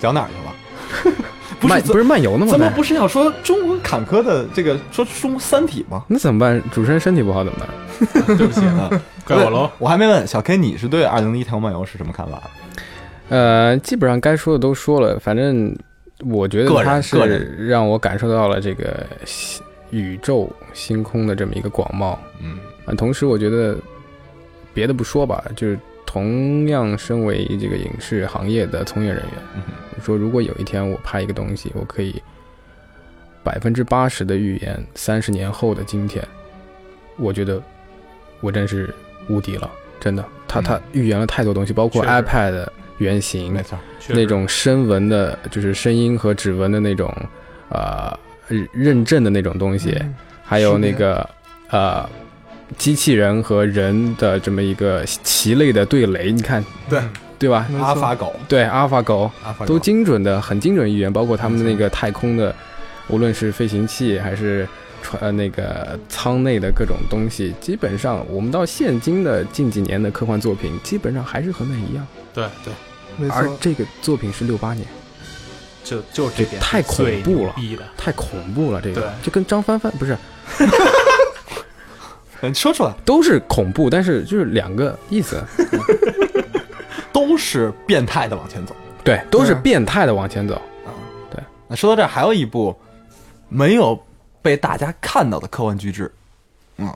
Speaker 1: 聊哪儿去了？ (laughs) 不是
Speaker 3: 漫
Speaker 1: 咱
Speaker 3: 不是漫游呢吗？
Speaker 1: 咱们
Speaker 3: 那
Speaker 1: 不是要说中国坎坷的这个说中国三体吗？
Speaker 3: 那怎么办？主持人身体不好怎么办？
Speaker 1: 对不起啊，
Speaker 2: 怪我喽。
Speaker 1: 我还没问小 K，你是对《二零一太空漫游》是什么看法？
Speaker 3: 呃，基本上该说的都说了，反正我觉
Speaker 1: 个
Speaker 3: 得
Speaker 1: 人
Speaker 3: 它
Speaker 1: 个
Speaker 3: 是让我感受到了这个星宇宙星空的这么一个广袤。
Speaker 1: 嗯，
Speaker 3: 啊，同时我觉得别的不说吧，就是同样身为这个影视行业的从业人员，
Speaker 1: 嗯
Speaker 3: 说如果有一天我拍一个东西，我可以百分之八十的预言三十年后的今天，我觉得我真是无敌了，真的。他他预言了太多东西，包括
Speaker 2: 确实
Speaker 3: iPad 的原型，
Speaker 1: 错，
Speaker 2: 确实
Speaker 3: 那种声纹的，就是声音和指纹的那种，呃，认认证的那种东西，
Speaker 4: 嗯
Speaker 3: 还有
Speaker 4: 识别
Speaker 3: 那个呃，机器人和人的这么一个棋类的对垒，你看
Speaker 1: 对，
Speaker 3: 对吧？
Speaker 4: 没错
Speaker 1: 阿法狗，
Speaker 3: 对，阿尔法狗
Speaker 1: 阿法
Speaker 3: 都
Speaker 1: 狗
Speaker 3: 精准的，很精准预言，包括他们的那个太空的，无论是飞行器还是船呃那个舱内的各种东西，基本上我们到现今的近几年的科幻作品，基本上还是和那一样。
Speaker 2: 对对，
Speaker 4: 没
Speaker 3: 而
Speaker 4: 错，
Speaker 3: 这个作品是六八年。
Speaker 2: 就就这点
Speaker 3: 太恐
Speaker 2: 最
Speaker 3: 怖了
Speaker 2: 逼的，
Speaker 3: 太恐怖了，这
Speaker 2: 对
Speaker 3: 个就跟张帆帆不是
Speaker 1: 嗯说出来
Speaker 3: 都是恐怖，但是就是两个
Speaker 2: (laughs)
Speaker 3: 意思，
Speaker 1: 都是变态的往前走
Speaker 3: 对，都是
Speaker 4: 对啊
Speaker 3: 变态的往前走。
Speaker 1: 啊。
Speaker 3: 对，
Speaker 1: 那说到这儿，还有一部没有被大家看到的科幻巨制，嗯，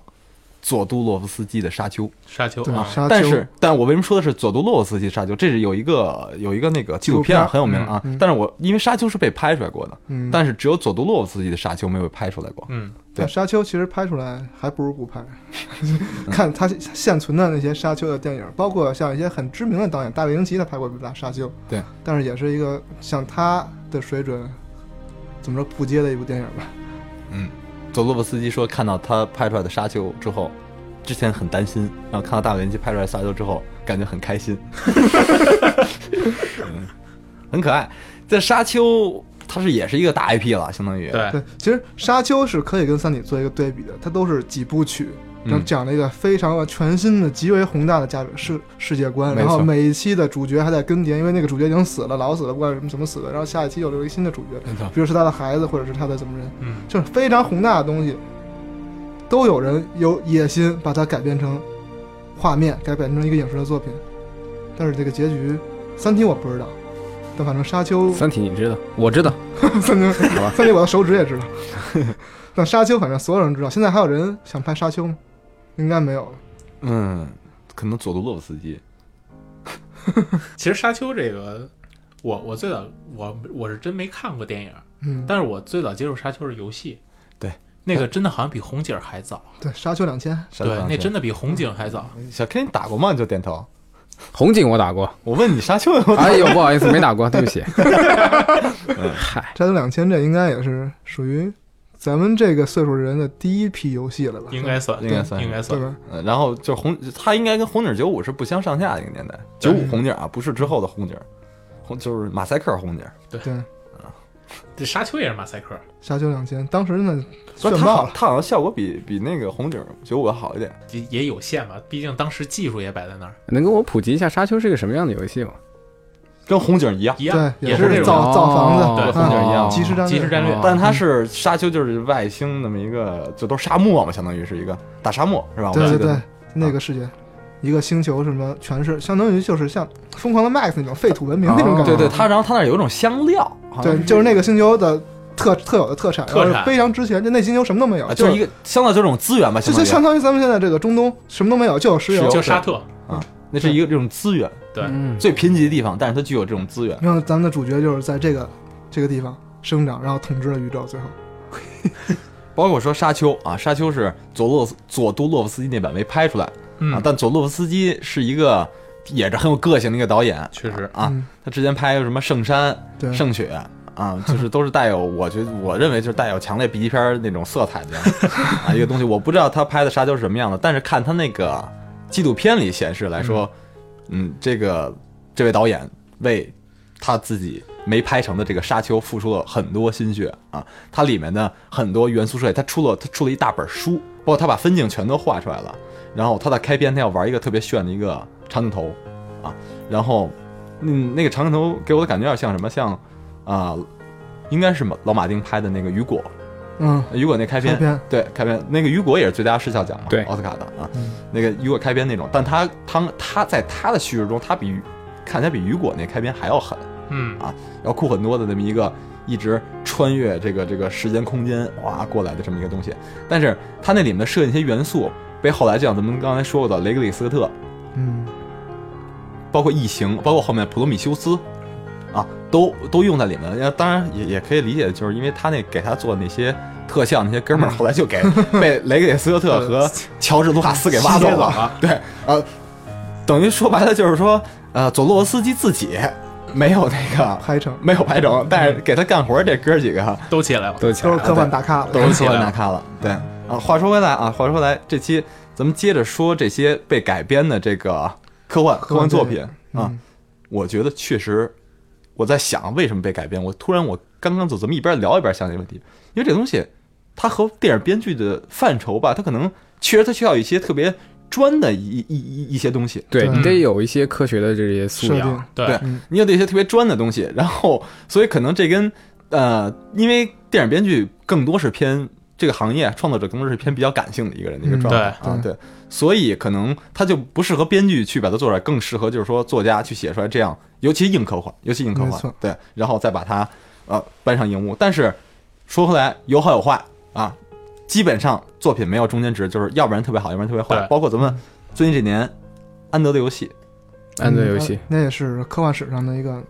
Speaker 1: 佐杜洛夫斯基的《沙丘》
Speaker 2: 沙丘
Speaker 4: 对
Speaker 2: 啊，
Speaker 4: 沙丘
Speaker 1: 但是，但我为什么说的是佐杜洛夫斯基《沙丘》？这是有一个有一个那个纪录片
Speaker 4: 纪录片
Speaker 1: 很有名啊。
Speaker 4: 嗯嗯
Speaker 1: 但是我因为《沙丘》是被拍出来过的，
Speaker 4: 嗯，
Speaker 1: 但是只有佐杜洛夫斯基的《沙丘》没有被拍出来过。
Speaker 2: 嗯，
Speaker 1: 对
Speaker 4: 但沙丘其实拍出来还不如不拍， (laughs) 看它现存的那些沙丘的电影，包括像一些很知名的导演大卫林奇，他拍过《大沙丘》，
Speaker 1: 对，
Speaker 4: 但是也是一个像他的水准，怎么说扑街的一部电影吧。
Speaker 1: 佐洛夫斯基说，看到他拍出来的《沙丘》之后，之前很担心，然后看到大卫林奇拍出来《沙丘》之后，感觉很开心， (laughs) 嗯很可爱。这《沙丘》它是也是一个大 IP 了，相当于
Speaker 2: 对，
Speaker 4: 对，其实沙丘是可以跟三体做一个对比的，它都是几部曲，
Speaker 1: 嗯
Speaker 4: 然后讲了一个非常呃全新的、极为宏大的价值世世界观，
Speaker 1: 没错
Speaker 4: 然后每一期的主角还在更迭，因为那个主角已经死了，老死了，不管什么什么死了，然后下一期又留一个新的主角，
Speaker 1: 没错
Speaker 4: 比如是他的孩子，或者是他的怎么人。
Speaker 2: 嗯，
Speaker 4: 就是非常宏大的东西，都有人有野心把它改变成画面，改变成一个影视的作品。但是这个结局，《三体》我不知道，但反正《沙
Speaker 2: 嗯
Speaker 4: 丘》
Speaker 3: 三体你知道，我知道，
Speaker 4: (laughs) 三体，三体我的手指也知道。但《沙丘》反正所有人知道。现在还有人想拍《沙丘》吗？应该没有了。
Speaker 1: 嗯，可能佐杜洛夫斯基
Speaker 2: 其实沙丘这个，我我最早我我是真没看过电影，
Speaker 4: 嗯，
Speaker 2: 但是我最早接触沙丘是游戏，
Speaker 1: 对，
Speaker 2: 那个真的好像比红警还早，
Speaker 4: 对，《沙丘两千》
Speaker 1: 沙
Speaker 2: 对
Speaker 1: 丘，上
Speaker 2: 那
Speaker 1: 去
Speaker 2: 真的比红警还早，
Speaker 1: 小 K 你打过吗？你就点头。
Speaker 3: 红警我
Speaker 2: (laughs)
Speaker 3: 打过，
Speaker 1: 我问你《沙丘》有没有打
Speaker 3: 哎呦不好 (laughs) 意思没打过，对不起。嗨，
Speaker 4: 《沙丘两千》这应该也是属于咱们这个岁数人的第一批游戏了吧？
Speaker 2: 应该算，
Speaker 1: 应该算
Speaker 2: 应该
Speaker 4: 对
Speaker 2: 算。
Speaker 4: 吧？
Speaker 1: 呃然后就是红，它应该跟红警九五是不相上下的一个年代，九五红警啊，不是之后的红警，红就是马赛克红警。
Speaker 4: 对，
Speaker 2: 这沙丘也是马赛克，
Speaker 4: 沙丘两千，当时呢
Speaker 1: 所
Speaker 4: 炫
Speaker 1: 以它
Speaker 4: 爆
Speaker 1: 好
Speaker 4: 了，
Speaker 1: 它好像效果比比那个红警九五好一点。
Speaker 2: 也也有限吧，毕竟当时技术也摆在那儿，
Speaker 3: 能跟我普及一下《沙丘》是个什么样的游戏吗？
Speaker 1: 跟红警一样，
Speaker 2: 一
Speaker 4: 对
Speaker 2: 样，
Speaker 4: 也
Speaker 2: 也
Speaker 4: 是
Speaker 2: 这
Speaker 4: 造
Speaker 2: 种
Speaker 4: 造房子嗯
Speaker 2: 对
Speaker 1: 风景一样
Speaker 4: 即时战
Speaker 2: 即
Speaker 4: 略啊
Speaker 2: 时战略
Speaker 3: 哦。
Speaker 1: 但它是沙丘，就是外星那么一个，就都是沙漠嘛，相当于是一个大沙漠，是吧？我
Speaker 4: 对
Speaker 1: 记
Speaker 4: 对
Speaker 1: 得
Speaker 4: 对，那个世界，一个星球什么全是，相当于就是像疯狂的 Max 那种废土文明那种感觉。
Speaker 1: 哦对对，它然后它那儿有一种香料，好像
Speaker 4: 对，就是那个星球的特特有的特产，
Speaker 2: 特产
Speaker 4: 然后非常值钱。就那星球什么都没有，
Speaker 1: 啊就是一
Speaker 4: 个
Speaker 1: 个香料，就是这种资源吧，
Speaker 4: 就
Speaker 1: 相当于
Speaker 4: 就相当于咱们现在这个中东什么都没有，就有石油
Speaker 1: 石。
Speaker 2: 就沙特，
Speaker 1: 那是一个这种资源，
Speaker 2: 对
Speaker 3: 嗯，
Speaker 1: 最贫瘠的地方，但是它具有这种资源。
Speaker 4: 然后咱们的主角就是在这个这个地方生长，然后统治了宇宙，最后
Speaker 1: 包括说沙丘啊，沙丘是佐洛斯佐多洛夫斯基那版没拍出来啊
Speaker 2: 嗯，，
Speaker 1: 但佐洛夫斯基是一个也是很有个性的一个导演
Speaker 2: 确实，
Speaker 1: 啊，
Speaker 4: 嗯
Speaker 1: 他之前拍有什么《圣山》
Speaker 4: 对
Speaker 1: 《圣雪》啊，就是都是带有我觉得我认为就是带有强烈 B 级片儿那种色彩的啊一个东西。我不知道他拍的沙丘是什么样的，但是看他那个纪录片里显示来说，嗯，这个这位导演为他自己没拍成的这个沙丘付出了很多心血啊。它里面的很多元素设计，他出了他出了一大本书，包括他把分镜全都画出来了。然后他在开篇他要玩一个特别炫的一个长镜头啊，然后嗯，那个长镜头给我的感觉有点像什么，像啊、应该是马老马丁拍的那个《雨果
Speaker 4: 嗯》，，
Speaker 1: 雨果那开篇，
Speaker 4: 开篇
Speaker 1: 对开篇那个雨果也是最佳视效奖嘛，
Speaker 3: 对
Speaker 1: 奥斯卡的啊，
Speaker 4: 嗯
Speaker 1: 那个雨果开篇那种，但他他他在他的叙事中，他比雨看起来比雨果那开篇还要狠，
Speaker 2: 嗯，
Speaker 1: 要酷很多的那么一个一直穿越这个这个时间空间哇过来的这么一个东西，但是他那里面的设计一些元素被后来就像咱们刚才说过的雷格里斯科特
Speaker 4: 嗯，
Speaker 1: 包括异形，包括后面普罗米修斯，啊，都都用在里面。呃当然也也可以理解，就是因为他那给他做那些特效，那些哥们儿后来 (laughs) 就给被雷格里斯科特和乔治卢卡斯给挖走
Speaker 2: 吸血走
Speaker 1: 了。对，呃，等于说白了就是说，呃，佐洛斯基自己没有那个
Speaker 4: 拍成
Speaker 1: 没有排成，但是给他干活儿这哥儿几个
Speaker 4: (laughs)
Speaker 2: 都起来了，
Speaker 3: 都起
Speaker 4: 都
Speaker 3: 来
Speaker 4: 是科
Speaker 3: 了。
Speaker 4: 幻大咖了。
Speaker 1: 都
Speaker 2: 都
Speaker 1: 是
Speaker 2: 起
Speaker 1: 喜
Speaker 2: 来
Speaker 1: 欢
Speaker 2: 了
Speaker 1: 拿卡了。对啊，话说回来啊，话说回来，这期咱们接着说这些被改编的这个科幻科幻作品啊，
Speaker 4: 嗯
Speaker 1: 我觉得确实，我在想为什么被改编。我突然我刚刚走，咱们一边聊一边想这个问题，因为这个东西它和电影编剧的范畴吧，它可能确实它需要一些特别专的一一一一些东西。
Speaker 3: 对
Speaker 4: 对
Speaker 3: 你得有一些科学的这些素
Speaker 4: 嗯设
Speaker 3: 养，
Speaker 4: 定，
Speaker 2: 对
Speaker 1: 对，你有这些特别专的东西， (laughs) 然后所以可能这跟呃，因为电影编剧更多是偏这个行业创作者更多是偏比较感性的一个人的一个
Speaker 4: 嗯
Speaker 1: 状态、啊，
Speaker 4: 对
Speaker 1: 对，所以可能他就不适合编剧去把它做出来，更适合就是说作家去写出来这样，尤其硬科幻，尤其硬科
Speaker 4: 没
Speaker 1: 幻
Speaker 4: 错，
Speaker 1: 对，然后再把它呃搬上荧幕。但是说回来，有好有坏啊，基本上作品没有中间值，就是要不然特别好，要不然特别坏
Speaker 2: 对。
Speaker 1: 包括咱们最近这年安德的游戏，
Speaker 3: 安德游戏
Speaker 4: 嗯，那也是科幻史上的一个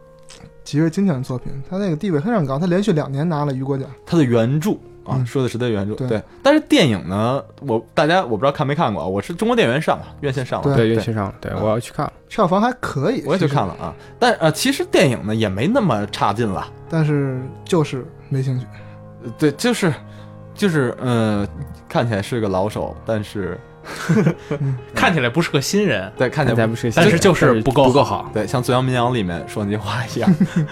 Speaker 4: 极为经典的作品，它那个地位非常高，它连续两年拿了雨果奖。
Speaker 1: 它的原著啊，
Speaker 4: 嗯
Speaker 1: 说的是它的原著。
Speaker 4: 对
Speaker 1: 对，但是电影呢，我大家我不知道看没看过啊，我是中国电影院上了，院线上了，
Speaker 4: 对
Speaker 3: 对，又去上了，对
Speaker 2: 嗯
Speaker 1: 啊
Speaker 3: 我要去看了。
Speaker 4: 票房还可以，
Speaker 1: 我也去
Speaker 4: 其实
Speaker 1: 看了，啊。但呃，其实电影呢也没那么差劲了，
Speaker 4: 但是就是没兴趣。
Speaker 1: 呃对，就是就是呃，看起来是个老手，但是
Speaker 2: 看起来不是个新人，
Speaker 1: 对看起
Speaker 3: 咱
Speaker 1: 来
Speaker 3: 不是，
Speaker 2: 但是就是
Speaker 3: 不
Speaker 2: 不够
Speaker 3: 不够好。
Speaker 1: 对像《最阳民谣》里面说那句话
Speaker 2: (laughs)
Speaker 1: 一样，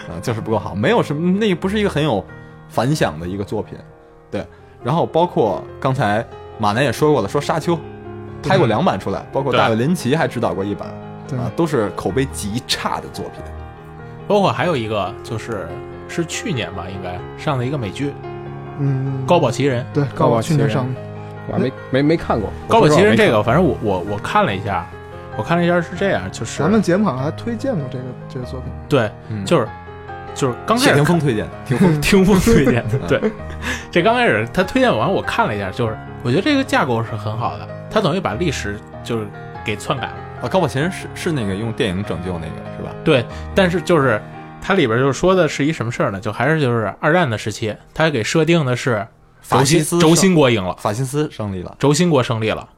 Speaker 1: 啊，就是不够好，没有什么，那不是一个很有反响的一个作品，对。然后包括刚才马南也说过了，说《沙丘》拍过两版出来，包括
Speaker 2: 对
Speaker 1: 大卫林奇还指导过一版。
Speaker 4: 对，
Speaker 1: 啊，都是口碑极差的作品。
Speaker 2: 包括还有一个就是是去年吧，应该上的一个美剧
Speaker 4: 嗯，
Speaker 2: 《高保奇人》。
Speaker 4: 对
Speaker 3: 高
Speaker 4: 高
Speaker 3: 保
Speaker 4: 保去年
Speaker 3: 奇人
Speaker 4: 上的，
Speaker 3: 我还没没没看过
Speaker 2: 《高保奇人》这，
Speaker 3: 我说实话
Speaker 2: 个，反
Speaker 3: 我没看
Speaker 2: 正我我我看了一下，我看了一下是这样，就是
Speaker 4: 咱们节目好像还推荐过这个这个作品。
Speaker 2: 对，
Speaker 1: 嗯
Speaker 2: 就是就是刚
Speaker 1: 谢
Speaker 2: 开始
Speaker 1: 霆锋推
Speaker 2: (laughs)
Speaker 1: 荐的，嗯霆锋，
Speaker 4: 嗯
Speaker 2: 听听风推荐的对，这刚开始他推荐完我看了一下，就是我觉得这个架构是很好的，他等于把历史就是给篡改了。
Speaker 1: 啊，高保奇人是是那个用电影拯救那个是吧？
Speaker 2: 对，但是就是它里边就是说的是一什么事儿呢？就还是就是二战的时期，它给设定的是
Speaker 1: 法
Speaker 2: 轴
Speaker 1: 西
Speaker 2: 心
Speaker 1: 斯
Speaker 2: 轴
Speaker 1: 胜
Speaker 2: 心国赢了，
Speaker 1: 法西斯胜利了，
Speaker 2: 轴心国胜利了，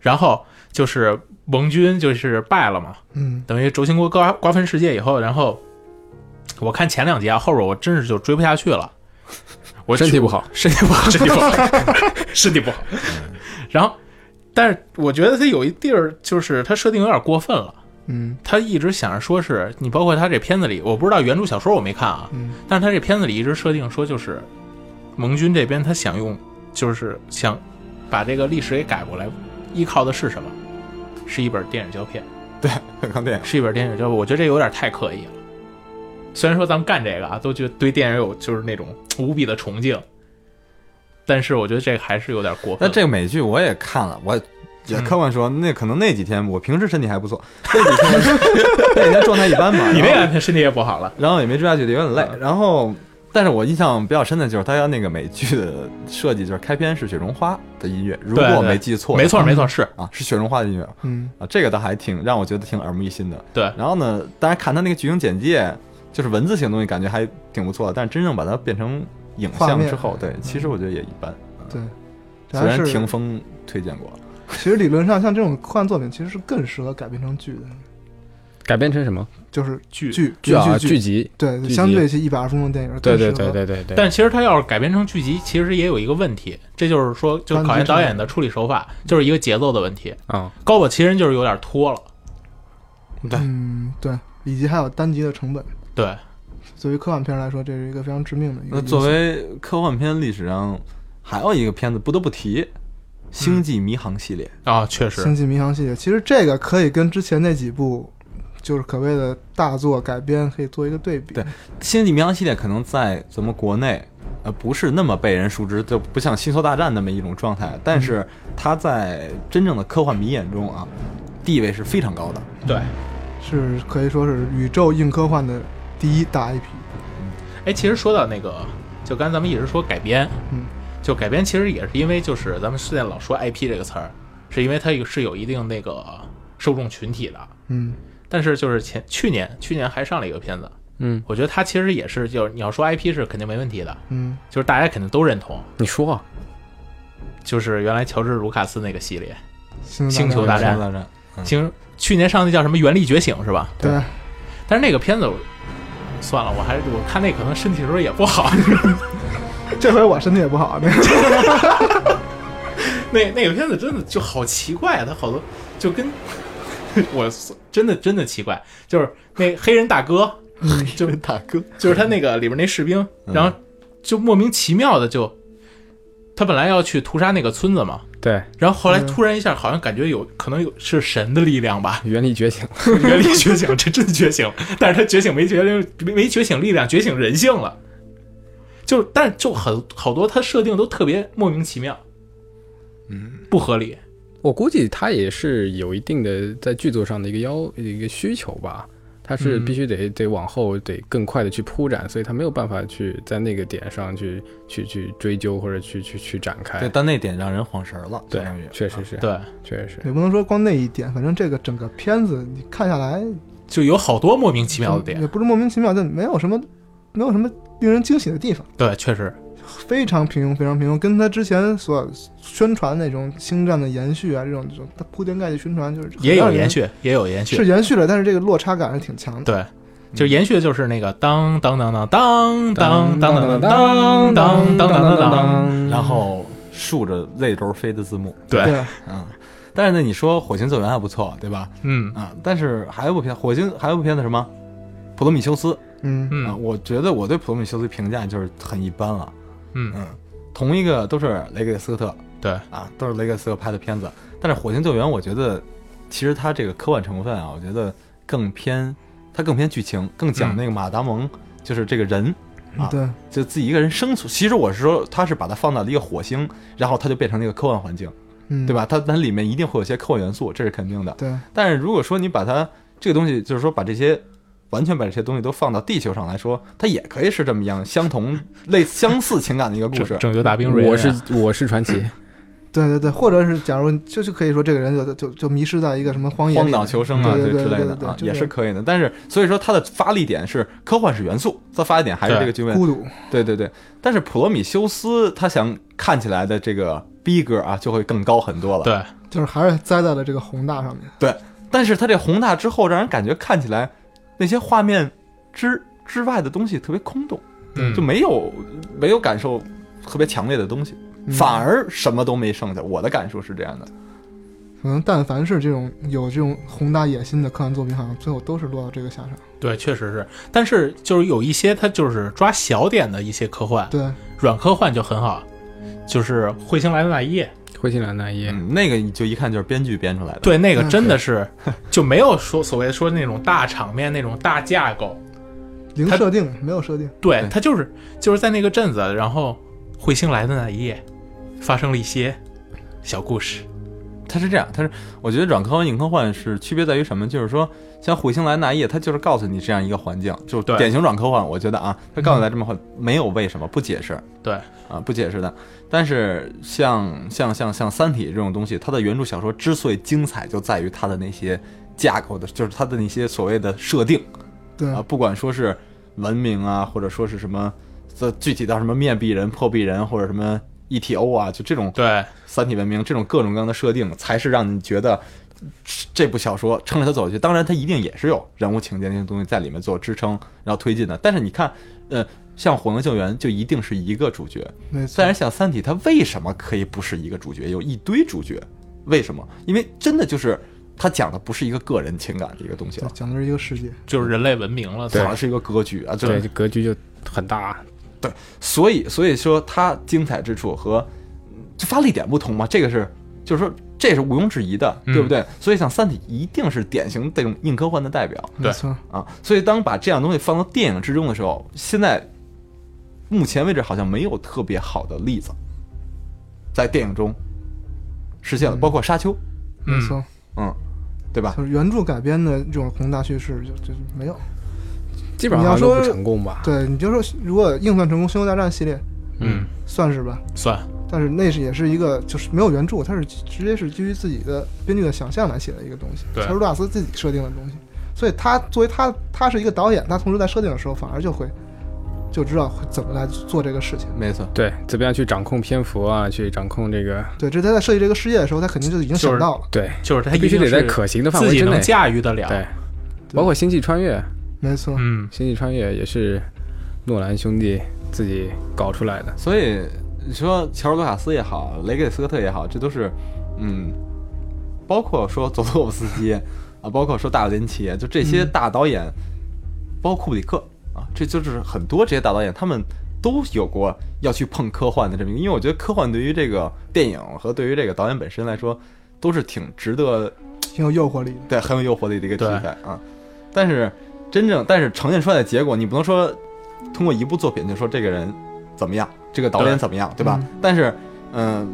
Speaker 2: 然后就是盟军就是败了嘛，
Speaker 4: 嗯，
Speaker 2: 等于轴心国瓜瓜分世界以后，然后我看前两集啊，后边我真是就追不下去了。我
Speaker 3: 身体不好，
Speaker 2: 身体不
Speaker 3: (laughs)
Speaker 2: 好，身体不好， (laughs) 身体不好。然后，但是我觉得他有一地儿，就是他设定有点过分了。
Speaker 4: 嗯
Speaker 2: 他一直想着说是你，包括他这片子里，我不知道原著小说我没看啊，
Speaker 4: 嗯
Speaker 2: 但是他这片子里一直设定说就是盟军这边他想用，就是想把这个历史给改过来，依靠的是什么？是一本电影胶片，
Speaker 1: 很抗电影。
Speaker 2: 是一本电影胶片。我觉得这有点太刻意了。虽然说咱们干这个啊，都觉得对电影有就是那种无比的崇敬，但是我觉得这个还是有点过分了。
Speaker 1: 那这个美剧我也看了，我
Speaker 4: 嗯
Speaker 1: 也客观说，那可能那几天我平时身体还不错，那几天 (laughs) 那几天状态一般吧。
Speaker 2: (laughs) 你那
Speaker 1: 然后
Speaker 2: 个身体也不好了，
Speaker 1: 然后也没追下去，有点累。
Speaker 2: 嗯
Speaker 1: 然后，但是我印象比较深的就是他那个美剧的设计，就是开篇是雪绒花的音乐，如果
Speaker 2: 对
Speaker 1: 我
Speaker 2: 对
Speaker 1: 没记错，
Speaker 2: 没错没错，是
Speaker 1: 啊，是雪绒花的音乐
Speaker 4: 嗯
Speaker 1: 啊，这个倒还挺让我觉得挺耳目一新的。
Speaker 2: 对
Speaker 1: 然后呢，当然看他那个剧情简介，就是文字性的东西，感觉还挺不错的，但是真正把它变成影
Speaker 4: 画
Speaker 1: 像
Speaker 4: 面
Speaker 1: 之后，对，其实我觉得也一般。
Speaker 4: 对，这
Speaker 1: 虽
Speaker 4: 还
Speaker 1: 然
Speaker 4: 是
Speaker 1: 霆锋推荐过，
Speaker 4: 其实理论上像这种科幻作品其实是更适合改编成剧的，
Speaker 3: 改编成什么
Speaker 4: 就是
Speaker 2: 剧
Speaker 4: 剧
Speaker 3: 剧啊
Speaker 4: 剧
Speaker 3: 剧集？
Speaker 4: 对，
Speaker 3: 集
Speaker 4: 相对其一百二十分钟的电影，
Speaker 3: 对对对，对对对。
Speaker 2: 但其实它要是改编成剧集，其实也有一个问题，这就是说，就考验导演的处理手法，就是一个节奏的问题。
Speaker 3: 啊，
Speaker 2: 《高保奇人》就是有点拖了，
Speaker 4: 嗯对，以及还有单集的成本，
Speaker 2: 对，
Speaker 4: 作为科幻片来说，这是一个非常致命的一个
Speaker 1: 那
Speaker 4: 因素。
Speaker 1: 作为科幻片历史上还有一个片子不得不提，《
Speaker 2: 嗯
Speaker 1: 星际迷航》系列。
Speaker 2: 啊，确
Speaker 4: 《
Speaker 2: 实
Speaker 4: 星，际迷航》系列，其实这个可以跟之前那几部就是可谓的大作改编可以做一个对比。
Speaker 1: 对星际迷航系列可能在咱们国内，呃，不是那么被人熟知，就不像星球大战那么一种状态。但
Speaker 2: 嗯
Speaker 1: 是它在真正的科幻迷眼中啊，地位是非常高的。
Speaker 2: 对。
Speaker 4: 是可以说是宇宙硬科幻的第一大 IP。
Speaker 2: 哎，其实说到那个，就刚才咱们一直说改编，
Speaker 4: 嗯，
Speaker 2: 就改编其实也是因为就是咱们现在老说 IP 这个词儿，是因为它是有一定那个受众群体的。
Speaker 4: 嗯，
Speaker 2: 但是就是前去年去年还上了一个片子，
Speaker 3: 嗯，
Speaker 2: 我觉得它其实也是就是你要说 IP 是肯定没问题的，
Speaker 4: 嗯，
Speaker 2: 就是大家肯定都认同，
Speaker 3: 你说啊，
Speaker 2: 就是原来乔治卢卡斯那个系列。
Speaker 4: 星
Speaker 2: 星球大
Speaker 1: 星
Speaker 2: 战
Speaker 1: 球大战，嗯
Speaker 2: 其实去年上的叫什么《原力觉醒》是吧？
Speaker 4: 对，
Speaker 2: 但是那个片子我算了，我还是我看那可能身体时候也不好，
Speaker 4: 这回我身体也不好，啊那个
Speaker 1: (laughs)
Speaker 2: 那那个片子真的就好奇怪，啊它好多就跟我真的真的奇怪，就是那 (laughs) 黑人大哥，就是大哥，就是他那个里边那士兵，
Speaker 1: 嗯
Speaker 2: 然后就莫名其妙的就他本来要去屠杀那个村子嘛。
Speaker 3: 对，
Speaker 2: 然后后来
Speaker 4: 嗯
Speaker 2: 突然一下，好像感觉有可能有是神的力量吧， (laughs)
Speaker 3: 原力觉醒，
Speaker 2: 原力觉醒，这真觉醒了，但是他觉醒没觉醒，没没觉醒力量，觉醒人性了。就但是就很好多他设定都特别莫名其妙，嗯，不合理。
Speaker 3: (laughs) 我估计他也是有一定的在剧作上的一个要一个需求吧。他是
Speaker 2: 嗯
Speaker 3: 必须得得往后得更快的去铺展，所以他没有办法去在那个点上去去去追究或者去去去展
Speaker 2: 哎
Speaker 1: 对，
Speaker 3: 开。
Speaker 1: 但那点让人晃神了，
Speaker 3: 对
Speaker 1: 相当于，
Speaker 3: 确实是，
Speaker 2: 对，
Speaker 3: 确实是。
Speaker 4: 也不能说光那一点，反正这个整个片子你看下来，
Speaker 2: 就有好多莫名其妙的
Speaker 4: 也
Speaker 2: 点。
Speaker 4: 不是莫名其妙，但没有什么没有什么令人惊喜的地方，
Speaker 2: 对，确实，
Speaker 4: 非常平庸，非常平庸，跟他之前所宣传那种星战的延续啊，这种这种铺天盖地宣传就是很
Speaker 2: 也有
Speaker 4: 让人
Speaker 2: 延，续，也有延续。
Speaker 4: 是延续了，但是这个落差感还是挺强的。
Speaker 2: 对，就延续就是那个当当当当当当当当当当当当当当，
Speaker 1: 然后竖着泪轴飞的字幕，
Speaker 2: 对，
Speaker 4: 对，啊
Speaker 1: 嗯。但是呢，你说《火星救援》还不错，对吧？
Speaker 2: 嗯
Speaker 1: 啊，但是还有部片，《火星》还有部片子什么，《普罗米修斯》
Speaker 4: 嗯
Speaker 1: 啊，
Speaker 2: 嗯
Speaker 1: 我觉得我对《普罗米修斯》评价就是很一般了。
Speaker 2: 嗯，
Speaker 1: 嗯，同一个都是雷格斯特
Speaker 2: 对，
Speaker 1: 啊，都是雷格斯特拍的片子。但是《火星救援》，我觉得其实它这个科幻成分啊，我觉得更偏，它更偏剧情，更讲
Speaker 2: 嗯
Speaker 1: 那个马达蒙，就是这个人啊，
Speaker 4: 对，
Speaker 1: 就自己一个人生存。其实我是说，他是把它放到了一个火星，然后它就变成那个科幻环境，
Speaker 4: 嗯，
Speaker 1: 对？吧？它它里面一定会有些科幻元素，这是肯定的。
Speaker 4: 对，
Speaker 1: 但是如果说你把它这个东西，就是说把这些完全把这些东西都放到地球上来说，它也可以是这么样相同类相似情感的一个故事
Speaker 2: 拯。拯救大兵瑞恩啊，
Speaker 3: 我是我是传 (coughs) 奇，
Speaker 4: 对对对，或者是假如就是可以说这个人就就就迷失在一个什么荒野里
Speaker 1: 荒
Speaker 4: 面
Speaker 1: 岛求生啊，
Speaker 4: 对对
Speaker 1: 之类
Speaker 4: 对
Speaker 1: 的
Speaker 4: 对
Speaker 1: 啊，
Speaker 4: 就
Speaker 1: 也
Speaker 4: 是
Speaker 1: 是可以的。但是，所以说它的发力点是科幻是元素，它发力点还是
Speaker 2: 对
Speaker 1: 这个局面。
Speaker 4: 孤独，
Speaker 1: 对对对。但是普罗米修斯他想看起来的这个逼格啊，就会更高很多了。
Speaker 2: 对，
Speaker 4: 就是还是栽在了这个宏大上面。
Speaker 1: 但是它这宏大之后，让人感觉看起来那些画面之之外的东西特别空洞，
Speaker 2: 嗯
Speaker 1: 就没有没有感受特别强烈的东西，
Speaker 4: 嗯
Speaker 1: 反而什么都没剩下。我的感受是这样的，
Speaker 4: 可能但凡是这种有这种宏大野心的科幻作品，好像最后都是落到这个下场。
Speaker 2: 对，确实是，但是就是有一些它就是抓小点的一些科幻，
Speaker 4: 对，
Speaker 2: 软科幻就很好，就是《彗星来的那一夜》，
Speaker 3: 灰心蓝那一夜，
Speaker 1: 嗯，那个就一看就是编剧编出来的。
Speaker 2: 对，那个真的是就没有说所谓说那种大场面、那种大架构，
Speaker 4: 零
Speaker 2: 他
Speaker 4: 设定没有设定，
Speaker 2: 对
Speaker 1: 对
Speaker 2: 他就是就是在那个镇子，然后彗星来的那一夜，发生了一些小故事。
Speaker 1: 它是这样，它是我觉得软科幻、硬科幻是区别在于什么？就是说，像《火星来那一夜》，它就是告诉你这样一个环境，就是
Speaker 2: 对嗯
Speaker 1: 典型软科幻。我觉得啊，它告诉咱这么话，没有为什么，不解释。
Speaker 2: 对
Speaker 1: 啊，不解释的。但是像像像像《三体》这种东西，它的原著小说之所以精彩，就在于它的那些架构的，就是它的那些所谓的设定
Speaker 4: 对，
Speaker 1: 啊，不管说是文明啊，或者说是什么，这具体到什么面壁人、破壁人，或者什么 ETO 啊，就这种
Speaker 2: 对
Speaker 1: 三体文明这种各种各样的设定，才是让你觉得这部小说撑着它走下去。当然，它一定也是有人物情节那些东西在里面做支撑，然后推进的。但是你看，呃，像《火影救援》就一定是一个主角，
Speaker 4: 没错
Speaker 1: 虽。然像《三体》，它为什么可以不是一个主角，有一堆主角？为什么？因为真的就是它讲的不是一个个人情感的一个东西
Speaker 4: 对
Speaker 1: 了，
Speaker 4: 讲的是一个世界，
Speaker 2: 就是人类文明了，
Speaker 1: 讲的是一个格局啊，就是
Speaker 3: 对，格局就很大。
Speaker 1: 所以所以说它精彩之处和嗯就发力点不同嘛，这个是就是说这是毋庸置疑的，
Speaker 2: 嗯
Speaker 1: 对不对？所以像《三体》一定是典型这种硬科幻的代表
Speaker 2: 对
Speaker 4: 没错，
Speaker 1: 啊。所以当把这样东西放到电影之中的时候，现在目前为止好像没有特别好的例子在电影中实现了，
Speaker 4: 嗯
Speaker 1: 包括《沙丘》，
Speaker 2: 嗯
Speaker 4: 没错，
Speaker 1: 嗯，对吧？
Speaker 4: 就是原著改编的这种宏大叙事就就没有。
Speaker 3: 基本上好像都不成功吧？
Speaker 4: 对，你就说如果硬算成功，《星球大战》系列
Speaker 2: 嗯，
Speaker 4: 算是吧，
Speaker 2: 算
Speaker 4: 但是那是也是一个就是没有原著，它是直接是基于自己的编剧的想象来写的一个东西，
Speaker 2: 对
Speaker 4: 乔治·卢卡斯自己设定的东西，所以他作为他他是一个导演，他同时在设定的时候反而就会就知道会怎么来做这个事情。
Speaker 1: 没错，
Speaker 3: 对，怎么样去掌控篇幅啊？去掌控这个，
Speaker 4: 对，这是他在设计这个世界的时候，他肯定就已经
Speaker 2: 就是
Speaker 4: 想到了，
Speaker 3: 对，
Speaker 2: 就是他
Speaker 3: 必须
Speaker 2: 一定
Speaker 3: 得
Speaker 2: 是
Speaker 3: 在可行的范
Speaker 2: 自
Speaker 3: 围
Speaker 2: 己
Speaker 3: 之
Speaker 2: 能
Speaker 3: 内。
Speaker 2: 驾驭得了，
Speaker 3: 对，包括《星际穿越》，《
Speaker 4: 没错，
Speaker 2: 嗯，
Speaker 3: 星际穿越》也是诺兰兄弟自己搞出来的。
Speaker 1: 所以你说乔治·卢卡斯也好，雷给斯科特也好，这都是，嗯，包括说佐佐夫斯基啊，包括说大卫林奇，就这些大导演，包括库布里克啊，这就是很多这些大导演他们都有过要去碰科幻的这么一个，因为我觉得科幻对于这个电影和对于这个导演本身来说，都是挺值得
Speaker 4: 挺有诱惑力的。
Speaker 1: 对，很有诱惑力的一个题
Speaker 2: 对
Speaker 1: 材啊。但是真正，但是呈现出来的结果，你不能说通过一部作品就说这个人怎么样，这个导演
Speaker 2: 对
Speaker 1: 怎么样，对吧？但是，嗯、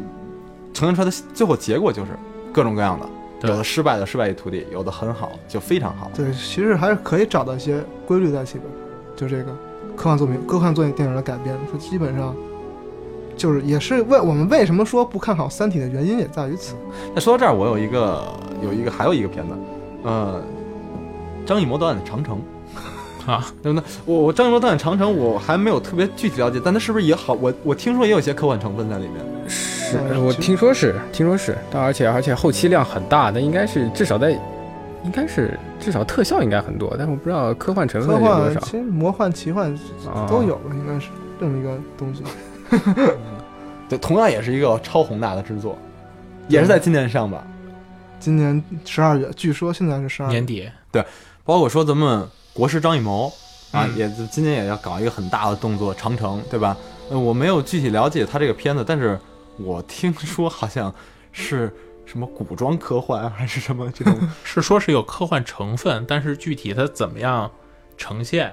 Speaker 1: 呈现出来的最后结果就是各种各样的，
Speaker 2: 对
Speaker 1: 有的失败的失败于涂地，有的很好，就非常好。
Speaker 4: 对，其实还是可以找到一些规律在其中，就这个科幻作品、科幻作品电影的改编，它基本上就是也是为我们为什么说不看好《三体》的原因也在于此。
Speaker 1: 那说到这儿，我有一个有一个还有一个片子，呃，张艺谋导演的《长城》
Speaker 2: (laughs) 啊，
Speaker 1: 对不对？我我张艺谋导演《长城》，我还没有特别具体了解，但他是不是也好？我我听说也有一些科幻成分在里面。
Speaker 3: 是
Speaker 4: 嗯
Speaker 3: 呃我
Speaker 4: 其实
Speaker 3: 听说是，听说是，但而且而且后期量很大，但应该是至少在，应该是至少特效应该很多，但我不知道科幻成分
Speaker 4: 科
Speaker 3: 有多
Speaker 4: 幻
Speaker 3: 少
Speaker 4: 其。实魔幻、奇幻
Speaker 3: 啊
Speaker 4: 都有吧，应该是这么一个东西。
Speaker 1: 对，同样也是一个超宏大的制作，也是在今年上吧。
Speaker 4: 今年十二月，据说现在是十二月
Speaker 2: 年，啊底
Speaker 1: 包括说咱们国师张艺谋啊，
Speaker 2: 嗯
Speaker 1: 也今年也要搞一个很大的动作《长城》，对吧？呃，我没有具体了解他这个片子，但是我听说好像是什么古装科幻还是什么 (laughs) 这种
Speaker 2: 是说是有科幻成分，但是具体它怎么样呈现，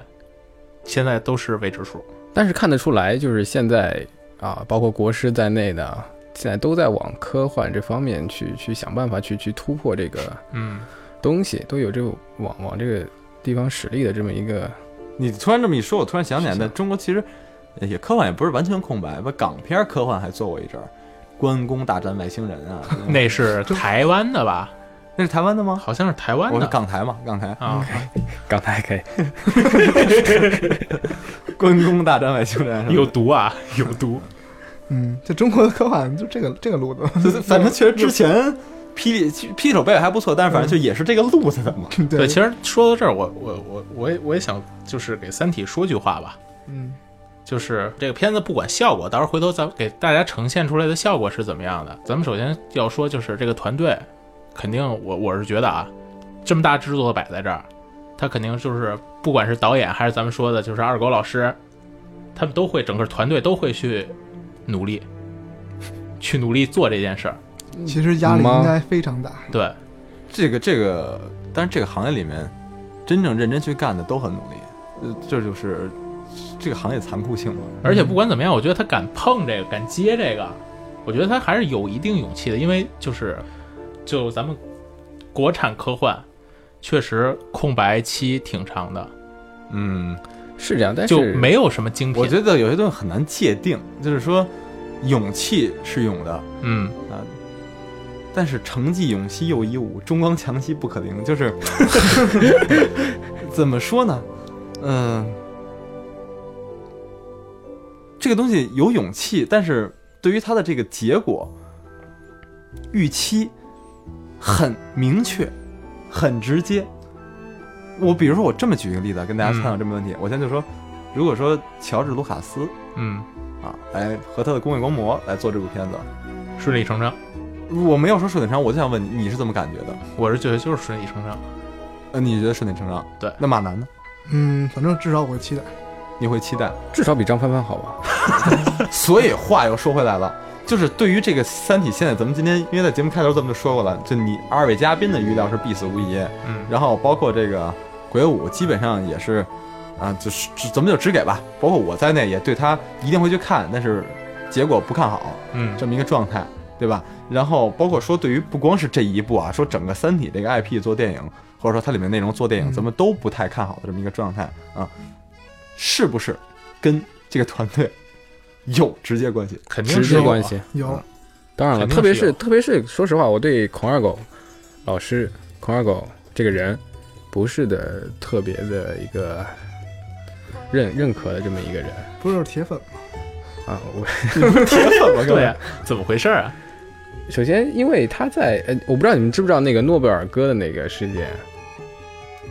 Speaker 2: 现在都是未知数。
Speaker 3: 但是看得出来，就是现在啊，包括国师在内的啊，现在都在往科幻这方面去去想办法去去突破这个
Speaker 2: 嗯，
Speaker 3: 东西，都有这个往往这个地方使力的这么一个。
Speaker 1: 你突然这么一说，我突然想起来，
Speaker 3: 是
Speaker 1: 那
Speaker 3: 的
Speaker 1: 中国其实呃也科幻也不是完全空白吧？港片儿科幻还做过一阵儿，《关公大战外星人》 (laughs) 啊，
Speaker 3: 嗯
Speaker 2: 那是台湾的吧？
Speaker 1: 那是台湾的吗？
Speaker 2: 好像是台湾
Speaker 1: 我是
Speaker 2: 的
Speaker 1: 港台嘛，港台。
Speaker 4: 嗯
Speaker 2: 啊，
Speaker 3: 刚才可以，
Speaker 1: 关公大战外星人，
Speaker 2: 有毒啊，有毒。
Speaker 4: (laughs) 嗯，就中国的科幻就这个这个路子， (laughs)
Speaker 1: 就是反正确实之前霹雳霹雳手贝还不错，但是反正就也是这个路子的嘛。
Speaker 2: 对，其
Speaker 4: 实
Speaker 2: 实说到这儿，我我我我也我也想就是给《三体》说句话吧。
Speaker 4: 嗯，
Speaker 2: 就是这个片子不管效果，到时候回头咱们给大家呈现出来的效果是怎么样的。咱们首先要说就是这个团队，肯定我我是觉得啊，这么大制作摆在这儿，他肯定就是不管是导演还是咱们说的，就是二狗老师，他们都会整个团队都会去努力，去努力做这件事儿。
Speaker 4: 其实压
Speaker 3: 嗯
Speaker 4: 力
Speaker 3: 吗
Speaker 4: 应该非常大。
Speaker 2: 对，
Speaker 1: 这个这个，但是这个行业里面，真正认真去干的都很努力，呃，这就是这个行业残酷性嘛。
Speaker 2: 而且
Speaker 3: 嗯
Speaker 2: 不管怎么样，我觉得他敢碰这个，敢接这个，我觉得他还是有一定勇气的，因为就是就咱们国产科幻确实空白期挺长的，
Speaker 1: 嗯，
Speaker 3: 是这样，但是
Speaker 2: 就没有什么精品。
Speaker 1: 我觉得有些东西很难界定，就是说，勇气是有的，
Speaker 2: 嗯，
Speaker 1: 但是成绩永兮又一舞，中光强兮不可凌，就是 (laughs) 怎么说呢？嗯、这个东西有勇气，但是对于它的这个结果预期很明确，很直接。我比如说，我这么举一个例子啊，跟大家参考这么个问题。我现在就说，如果说乔治·卢卡斯
Speaker 2: 嗯，
Speaker 1: 啊，来和他的工业光魔来做这部片子，
Speaker 2: 顺理成章，
Speaker 1: 我没有说顺理成章，我就想问你，你是怎么感觉的？
Speaker 2: 我是觉得就是顺理成章。
Speaker 1: 呃，你觉得顺理成章？
Speaker 2: 对
Speaker 1: 那马南呢？
Speaker 4: 嗯，反正至少我会期待。
Speaker 1: 你会期待？ (laughs)
Speaker 3: 至少比张帆帆好吧？
Speaker 1: 所以话又说回来了，就是对于这个《三体》，现在咱们今天因为在节目开头咱们就说过了，就你二位嘉宾的预料是必死无疑，
Speaker 2: 嗯，
Speaker 1: 然后包括这个鬼舞，基本上也是，啊，就是只咱们就只给吧，包括我在内也对他一定会去看，但是结果不看好，
Speaker 2: 嗯，
Speaker 1: 这么一个状态，对吧？然后包括说，对于不光是这一部啊，说整个《三体》这个 IP 做电影，或者说它里面内容做电影，
Speaker 4: 嗯
Speaker 1: 咱们都不太看好的这么一个状态啊，是不是跟这个团队有直接
Speaker 3: (laughs)
Speaker 1: 关系？
Speaker 2: 肯定
Speaker 3: 直
Speaker 2: 是
Speaker 3: 接
Speaker 2: 有啊
Speaker 3: 关系。
Speaker 4: 有，
Speaker 3: 当然了，
Speaker 2: 肯定
Speaker 3: 特别
Speaker 2: 是有
Speaker 3: 是特别是说实话，我对孔二狗老师、孔二狗这个人不是的特别的一个认认可的这么一个人
Speaker 4: 不是铁粉吗？
Speaker 3: 啊。我
Speaker 2: 啊。对
Speaker 3: (laughs)
Speaker 2: 啊，怎么回事啊？
Speaker 3: 首先因为他在呃，我不知道你们知不知道那个诺贝尔哥的那个事件，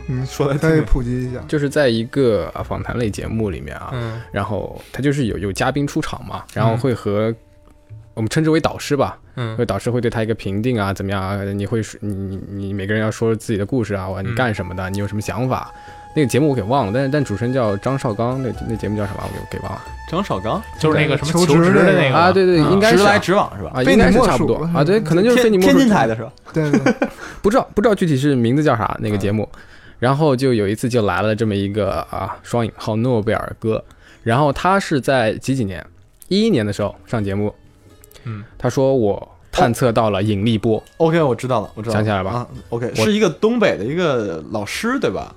Speaker 4: 嗯，
Speaker 1: 说来听
Speaker 4: 可以
Speaker 1: 听
Speaker 4: 普及一下。
Speaker 3: 就是在一个啊访谈类节目里面啊，
Speaker 2: 嗯
Speaker 3: 然后他就是有有嘉宾出场嘛，然后会和、我们称之为导师吧，
Speaker 2: 嗯
Speaker 3: 会导师会对他一个评定啊，怎么样啊？你会说你你你每个人要说自己的故事啊，哇，你
Speaker 2: 嗯
Speaker 3: 干什么的？你有什么想法？那个节目我给忘了，但是但主持人叫张绍刚，那那节目叫什么？我给给忘了
Speaker 1: 张绍刚
Speaker 2: 就是那个什么
Speaker 4: 求
Speaker 2: 求
Speaker 4: 职
Speaker 2: 职的
Speaker 4: 那
Speaker 2: 那
Speaker 4: 个
Speaker 2: 个
Speaker 3: 啊，对对，
Speaker 2: 嗯
Speaker 3: 应该
Speaker 1: 直
Speaker 3: 是
Speaker 1: 来
Speaker 3: 啊
Speaker 1: 直往是吧？
Speaker 3: 啊，
Speaker 4: 非
Speaker 3: 应该
Speaker 4: 你
Speaker 3: 是
Speaker 4: 莫
Speaker 3: 差不
Speaker 4: 属
Speaker 3: 多
Speaker 4: 了
Speaker 3: 啊，对，可能就是非
Speaker 1: 天
Speaker 3: 你莫
Speaker 1: 天
Speaker 3: 属
Speaker 1: 津台的是吧？
Speaker 4: 对对，对
Speaker 3: 不知道不知道具体是名字叫啥那个节目，然后就有一次就来了这么一个啊双引号诺贝尔哥，然后他是在几几年一一年的时候上节目，
Speaker 2: 嗯，
Speaker 3: 他说我探测到了引力波，
Speaker 1: OK，我知道了，我知道了，
Speaker 3: 想起来了吧
Speaker 1: 啊？OK，
Speaker 3: 我
Speaker 1: 是一个东北的一个老师对吧？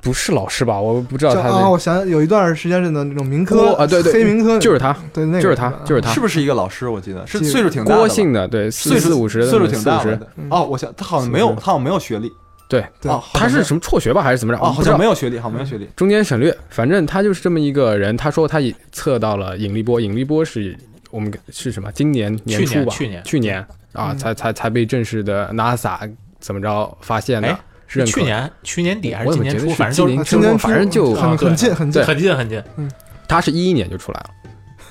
Speaker 3: 不是老师吧？我不知道
Speaker 4: 就
Speaker 3: 他
Speaker 4: 啊，
Speaker 3: 的，
Speaker 4: 我想有一段时间是那种民科
Speaker 3: 郭啊对对
Speaker 4: 黑民科，
Speaker 3: 就是他，
Speaker 4: 对那个
Speaker 3: 就是他，就是他
Speaker 1: 是，不是一个老师？我记得是
Speaker 4: 记得
Speaker 1: 岁数挺大的吧，
Speaker 3: 郭姓的，对，四
Speaker 1: 岁数
Speaker 3: 四五十的，
Speaker 1: 岁数挺大
Speaker 3: 四五
Speaker 1: 了
Speaker 3: 十，
Speaker 1: 的
Speaker 4: 嗯
Speaker 1: 哦，我想他好像没有，
Speaker 3: 四五
Speaker 1: 他
Speaker 3: 十
Speaker 1: 好像没有学历
Speaker 3: 对，
Speaker 4: 对
Speaker 1: 哦好像
Speaker 3: 他
Speaker 1: 没有
Speaker 3: 是什么�辍学吧，还是怎么着？
Speaker 1: 哦，
Speaker 3: 我不
Speaker 1: 好
Speaker 3: 知道
Speaker 1: 像没有学历，好像没有学历。
Speaker 3: 中间省略，反正他就是这么一个人。他说他也测到了引力波，引力波是我们是什么？今年年初吧，
Speaker 2: 去年
Speaker 3: 去年啊，
Speaker 4: 嗯
Speaker 3: 才才才被正式的 NASA 怎么着发现的
Speaker 2: 哎，
Speaker 3: 认可
Speaker 2: 去年去年底还是今年
Speaker 3: 我怎
Speaker 2: 初，
Speaker 3: 么觉
Speaker 2: 反
Speaker 3: 得是
Speaker 2: 正就是
Speaker 3: 今年
Speaker 4: 啊今年初
Speaker 3: 反正就
Speaker 2: 啊
Speaker 4: 很
Speaker 2: 对
Speaker 4: 很近很近
Speaker 3: 对，
Speaker 2: 很近很近。
Speaker 3: 它是一一年就出来了。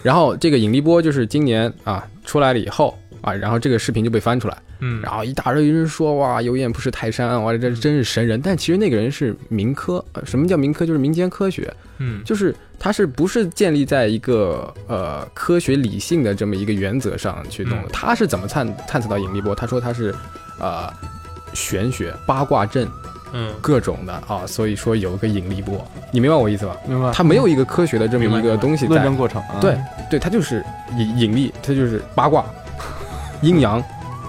Speaker 3: 然后这个引力波就是今年啊出来了以后啊，然后这个视频就被翻出来，
Speaker 2: 嗯，
Speaker 3: 然后一大堆人说哇有眼不识泰山，啊哇
Speaker 1: 嗯
Speaker 3: 这真是神人。但其实那个人是民科，呃什么叫民科？就是民间科学，
Speaker 2: 嗯
Speaker 3: 就是它是不是建立在一个呃科学理性的这么一个原则上去弄的？
Speaker 2: 嗯
Speaker 3: 它是怎么探探测到引力波？他说它是呃玄学、八卦阵
Speaker 2: 嗯
Speaker 3: 各种的啊，所以说有个引力波，你明白我意思吧？
Speaker 1: 明白
Speaker 3: 它没有一个科学的这么一个东西
Speaker 1: 论
Speaker 3: 在
Speaker 1: 证，过程，嗯
Speaker 3: 对，对，它就是引引力，它就是八卦、 (laughs) 阴阳、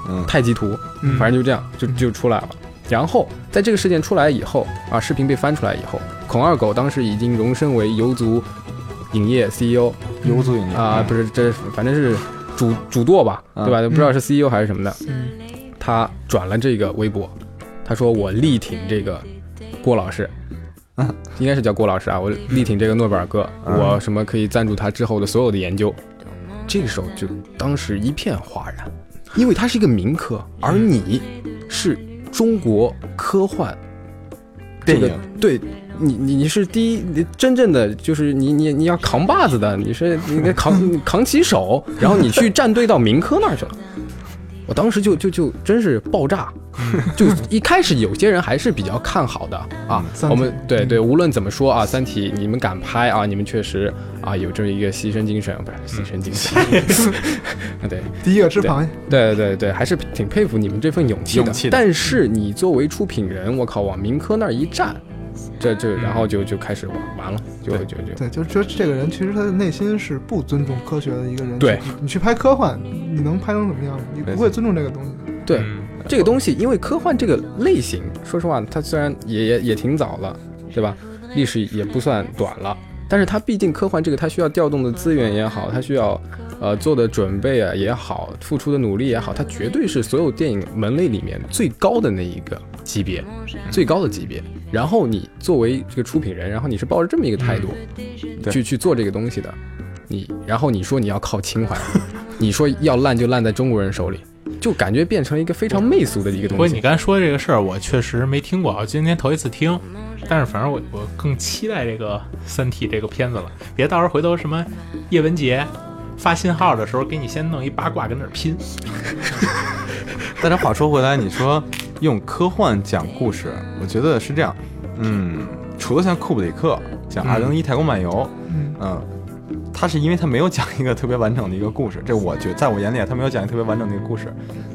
Speaker 1: 嗯，
Speaker 3: 太极图，
Speaker 2: 嗯，
Speaker 3: 反正就这样就
Speaker 2: 嗯
Speaker 3: 就出来了。然后在这个事件出来以后啊，视频被翻出来以后，孔二狗当时已经荣升为游族影业 CEO
Speaker 1: 游族影业
Speaker 3: 啊、不是这反正是主主舵吧，
Speaker 1: 嗯
Speaker 3: 对吧？不知道是 CEO 还是什么的，
Speaker 4: 嗯
Speaker 3: 他转了这个微博，他说我力挺这个郭老师。应该是叫郭老师啊，我力挺这个诺贝尔哥，
Speaker 1: 嗯
Speaker 3: 我什么可以赞助他之后的所有的研究。这个时候就当时一片哗然，因为他是一个民科，而你是中国科幻这
Speaker 1: 阵
Speaker 3: 个
Speaker 1: 营，
Speaker 3: 对你你你是第一，你真正的就是你你你要扛把子的，你是你得扛你
Speaker 4: (laughs)
Speaker 3: 扛起手，然后你去站队到民科那儿去了。我当时就就就真是爆炸，
Speaker 4: (laughs)
Speaker 3: 就一开始有些人还是比较看好的啊
Speaker 4: 嗯三体，
Speaker 3: 我们对对，无论怎么说啊，《三体》你们敢拍啊，你们确实啊有这么一个牺牲精神，不是牺牲精神，
Speaker 4: 嗯
Speaker 3: (laughs) 对，
Speaker 4: 第一个吃螃蟹，
Speaker 3: 对对对，还是挺佩服你们这份勇气的。
Speaker 1: 勇气的
Speaker 3: 但是你作为出品人，我靠，往民科那儿一站，这这，然后就就开始完完了，就就就
Speaker 4: 对，就是说这个人其实他的内心是不尊重科学的一个人。
Speaker 3: 对
Speaker 4: 你，你去拍科幻，你能拍成怎么样？你不会尊重这个东西的。
Speaker 3: 对、
Speaker 2: 嗯
Speaker 3: 这个东西，因为科幻这个类型，说实话，它虽然也也也挺早了，对吧？历史也不算短了。但是它毕竟科幻这个，它需要调动的资源也好，它需要，呃，做的准备啊也好，付出的努力也好，它绝对是所有电影门类里面最高的那一个级别。最高的级别。然后你作为这个出品人，然后你是抱着这么一个态度，
Speaker 1: 对
Speaker 3: 去去做这个东西的，你然后你说你要靠情怀，你说要烂就烂在中国人手里，就感觉变成一个非常媚俗的一
Speaker 2: 不
Speaker 3: 个东
Speaker 2: 过你
Speaker 3: 西。
Speaker 2: 刚才说这个事儿，我确实没听过，我今天头一次听。但是反正我我更期待这个《三体》这个片子了，别到时候回头什么叶文洁发信号的时候，给你先弄一八卦跟那儿拼。
Speaker 1: 但是话说回来，你说用科幻讲故事，我觉得是这样，嗯，除了像库布里克讲《二零一太空漫游》，
Speaker 4: 嗯，
Speaker 1: 嗯，他是因为他没有讲一个特别完整的一个故事，这我觉在我眼里啊，他没有讲一个特别完整的一个故事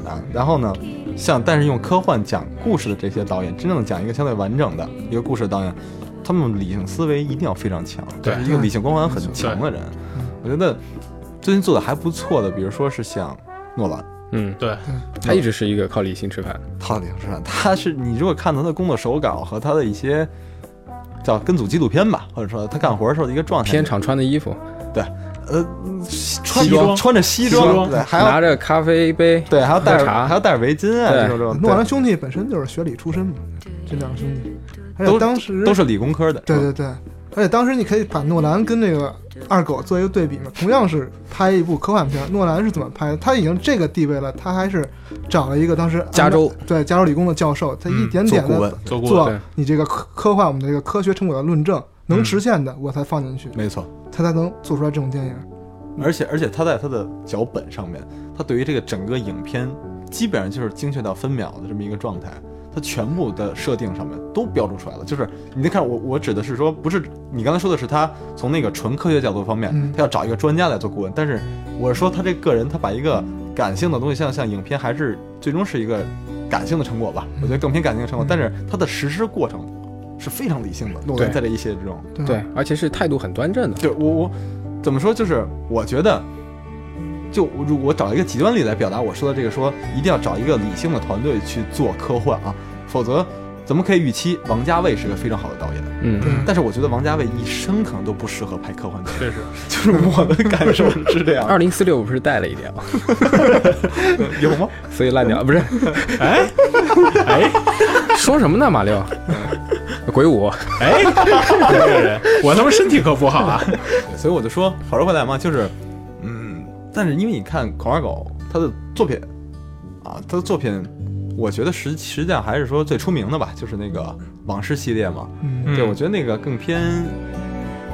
Speaker 1: 啊。然后呢，像但是用科幻讲故事的这些导演，真正讲一个相对完整的一个故事的导演，他们理性思维一定要非常强，
Speaker 2: 对
Speaker 1: 就是一个理性光环很强的人
Speaker 4: 嗯。
Speaker 1: 我觉得最近做的还不错的，比如说是像诺兰。
Speaker 3: 嗯，
Speaker 2: 对，
Speaker 3: 他一直是一个靠理性吃饭。
Speaker 1: 他领是吧？他是你如果看他的工作手稿和他的一些叫跟组纪录片吧，或者说他干活的时候的一个状态，
Speaker 3: 片场穿的衣服，
Speaker 1: 呃穿
Speaker 2: 西装
Speaker 1: 穿着西
Speaker 2: 西
Speaker 1: 装，
Speaker 2: 装
Speaker 1: 对，还要
Speaker 3: 拿着咖啡杯，
Speaker 1: 对还要戴
Speaker 3: 喝
Speaker 1: 着
Speaker 3: 茶
Speaker 1: 还要戴着围巾啊，
Speaker 3: 对
Speaker 1: 这种这种
Speaker 4: 诺
Speaker 1: 对
Speaker 4: 兰兄弟本身就是学理出身嘛，这两个兄弟，而且
Speaker 1: 都
Speaker 4: 当时
Speaker 1: 都是理工科的，
Speaker 4: 对
Speaker 1: 嗯
Speaker 4: 对对，而且当时你可以把诺兰跟这个二狗做一个对比嘛，同样是拍一部科幻片，诺兰是怎么拍的？他已经这个地位了，他还是找了一个当时
Speaker 3: 加州
Speaker 4: 对加州理工的教授，他一
Speaker 2: 嗯
Speaker 4: 点
Speaker 1: 做
Speaker 4: 点
Speaker 1: 顾问
Speaker 4: 的，
Speaker 2: 做顾问
Speaker 4: 做
Speaker 3: 对
Speaker 4: 你这个科科幻我们的这个科学成果的论证，能
Speaker 2: 嗯
Speaker 4: 实现的我才放进去，
Speaker 1: 没错。
Speaker 4: 他才能做出来这种电影。
Speaker 1: 而且而且他在他的脚本上面，他对于这个整个影片基本上就是精确到分秒的这么一个状态，他全部的设定上面都标注出来了。就是你得看我我指的是说，不是你刚才说的是他从那个纯科学角度方面，
Speaker 4: 嗯
Speaker 1: 他要找一个专家来做顾问，但是我是说他这个人，他把一个感性的东西，像像影片还是最终是一个感性的成果吧，我觉得更偏感性的成果，
Speaker 4: 嗯
Speaker 1: 但是他的实施过程是非常理性的。诺兰
Speaker 3: 对
Speaker 1: 在这一系列之中。
Speaker 4: 对
Speaker 3: 对
Speaker 4: 吧，
Speaker 3: 而且是态度很端正的。
Speaker 1: 对我我怎么说？就是我觉得，就如果找一个极端例来表达我说的这个说，一定要找一个理性的团队去做科幻啊，否则咱们可以预期王家卫是个非常好的导演，
Speaker 3: 嗯，
Speaker 1: 但是我觉得王家卫一生可能都不适合拍科幻电影，
Speaker 2: 确实，
Speaker 1: (laughs) 就是我的感受 (laughs) 是这样
Speaker 3: 二零四六不是带了一点吗？嗯
Speaker 1: 的，有吗？
Speaker 3: (laughs) 所以烂掉不是？
Speaker 2: 哎哎
Speaker 3: 说什么呢，马六？鬼舞，
Speaker 2: 哎， (laughs) 这个人，我他妈身体可不好啊！
Speaker 1: 对所以我就说，话说回来嘛，就是，嗯，但是因为你看《孔二狗》他的作品啊，他的作品，我觉得实实际上还是说最出名的吧，就是那个往事系列嘛。
Speaker 4: 嗯，
Speaker 1: (laughs)
Speaker 2: 嗯
Speaker 1: 对，我觉得那个更偏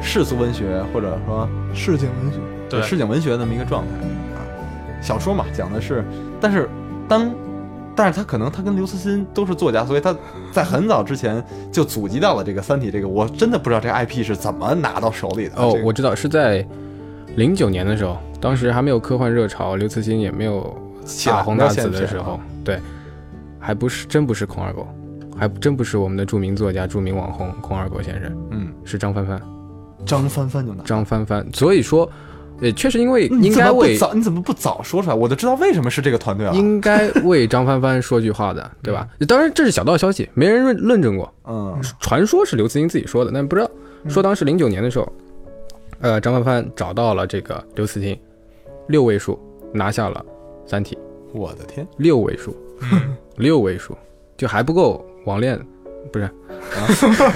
Speaker 1: 世俗文学或者说
Speaker 4: 市井文学，
Speaker 2: 对，
Speaker 1: 市井文学那么一个状态啊。小说嘛，讲的是，但是当，但是他可能他跟刘慈欣都是作家，所以他在很早之前就祖籍到了这个《三体》这个，我真的不知道这个 IP 是怎么拿到手里的。
Speaker 3: 哦
Speaker 1: 这，个
Speaker 3: 我知道是在零九年的时候，当时还没有科幻热潮，刘慈欣也没有
Speaker 1: 起来
Speaker 3: 大红
Speaker 1: 没有
Speaker 3: 大
Speaker 1: 现
Speaker 3: 紫
Speaker 1: 在
Speaker 3: 的时候
Speaker 1: 啊，
Speaker 3: 对，还不是真不是孔二狗，还真不是我们的著名作家、著名网红孔二狗先生，
Speaker 1: 嗯，
Speaker 3: 是张帆帆，
Speaker 1: 张帆帆就拿。
Speaker 3: 张帆帆。所以说，也确实因为
Speaker 1: 你
Speaker 3: 应
Speaker 1: 嗯怎
Speaker 3: 该
Speaker 1: 么不
Speaker 3: 为
Speaker 1: 早，你啊怎么不早说出来？我就知道为什么是这个团队 (laughs) 了。
Speaker 3: 应该为张帆帆说句话的，对吧？当然这是小道消息，没人论论证过，
Speaker 1: 嗯，
Speaker 3: 传说是刘慈欣自己说的，但不知道。说当时零九年的时候，呃，张帆帆找到了这个刘慈欣，六位数拿下了《三体》，
Speaker 1: 我的天，
Speaker 3: 六位数，
Speaker 1: 嗯
Speaker 3: 六位数，就还不够网恋，不是？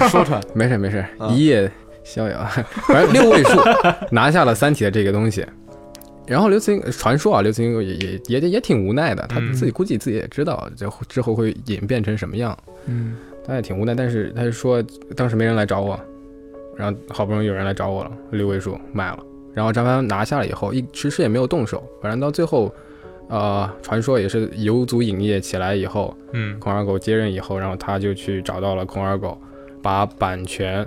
Speaker 1: 说出来，
Speaker 3: 没事没事，
Speaker 1: 啊
Speaker 3: 一夜逍遥， (laughs) 反正六位数拿下了《三体》的这个东西。然后刘慈欣传说啊，刘慈欣也也也也挺无奈的，他自己估计自己也知道这之后会演变成什么样，
Speaker 4: 嗯，
Speaker 3: 但也挺无奈。但是他就说当时没人来找我，然后好不容易有人来找我了，六位数卖了。然后张帆拿下了以后，一迟迟也没有动手，反正到最后，呃，传说也是游族影业起来以后，
Speaker 2: 嗯
Speaker 3: 孔二狗接任以后，然后他就去找到了孔二狗，把版权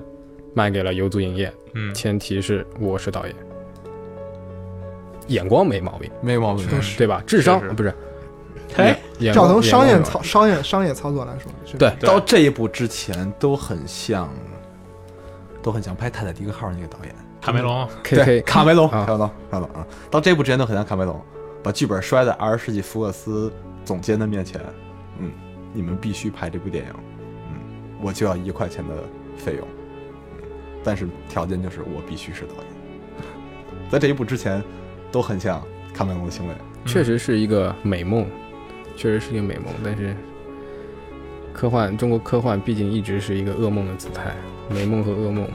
Speaker 3: 卖给了游族影业，
Speaker 2: 嗯，
Speaker 3: 前提是我是导演，眼光没毛病，
Speaker 1: 没毛病。
Speaker 4: 确实
Speaker 3: 对吧？智商
Speaker 2: 是是
Speaker 3: 不是，
Speaker 2: 哎，
Speaker 3: 眼
Speaker 4: 照
Speaker 3: 光
Speaker 4: 从商业
Speaker 3: 眼光没毛
Speaker 4: 操商业商业操作来说，是吧
Speaker 3: 对
Speaker 2: 对
Speaker 1: 到这一步之前都很像，都很像拍《泰坦尼克号》那个导演
Speaker 2: 卡梅隆，
Speaker 3: 病 K
Speaker 4: (laughs)
Speaker 1: 对
Speaker 3: K
Speaker 1: 卡梅隆，
Speaker 3: 啊
Speaker 1: 卡梅隆，卡梅隆啊！到这一步之前都很像卡梅隆，把剧本摔在二十世纪福克斯总监的面前，嗯，你们必须拍这部电影，嗯，我就要一块钱的费用，嗯但是条件就是我必须是导演。在这一步之前，都很像卡梅隆的行为。
Speaker 3: 确实是一个美梦，确实是一个美梦，但是科幻中国科幻毕竟一直是一个噩梦的姿态，美梦和噩梦。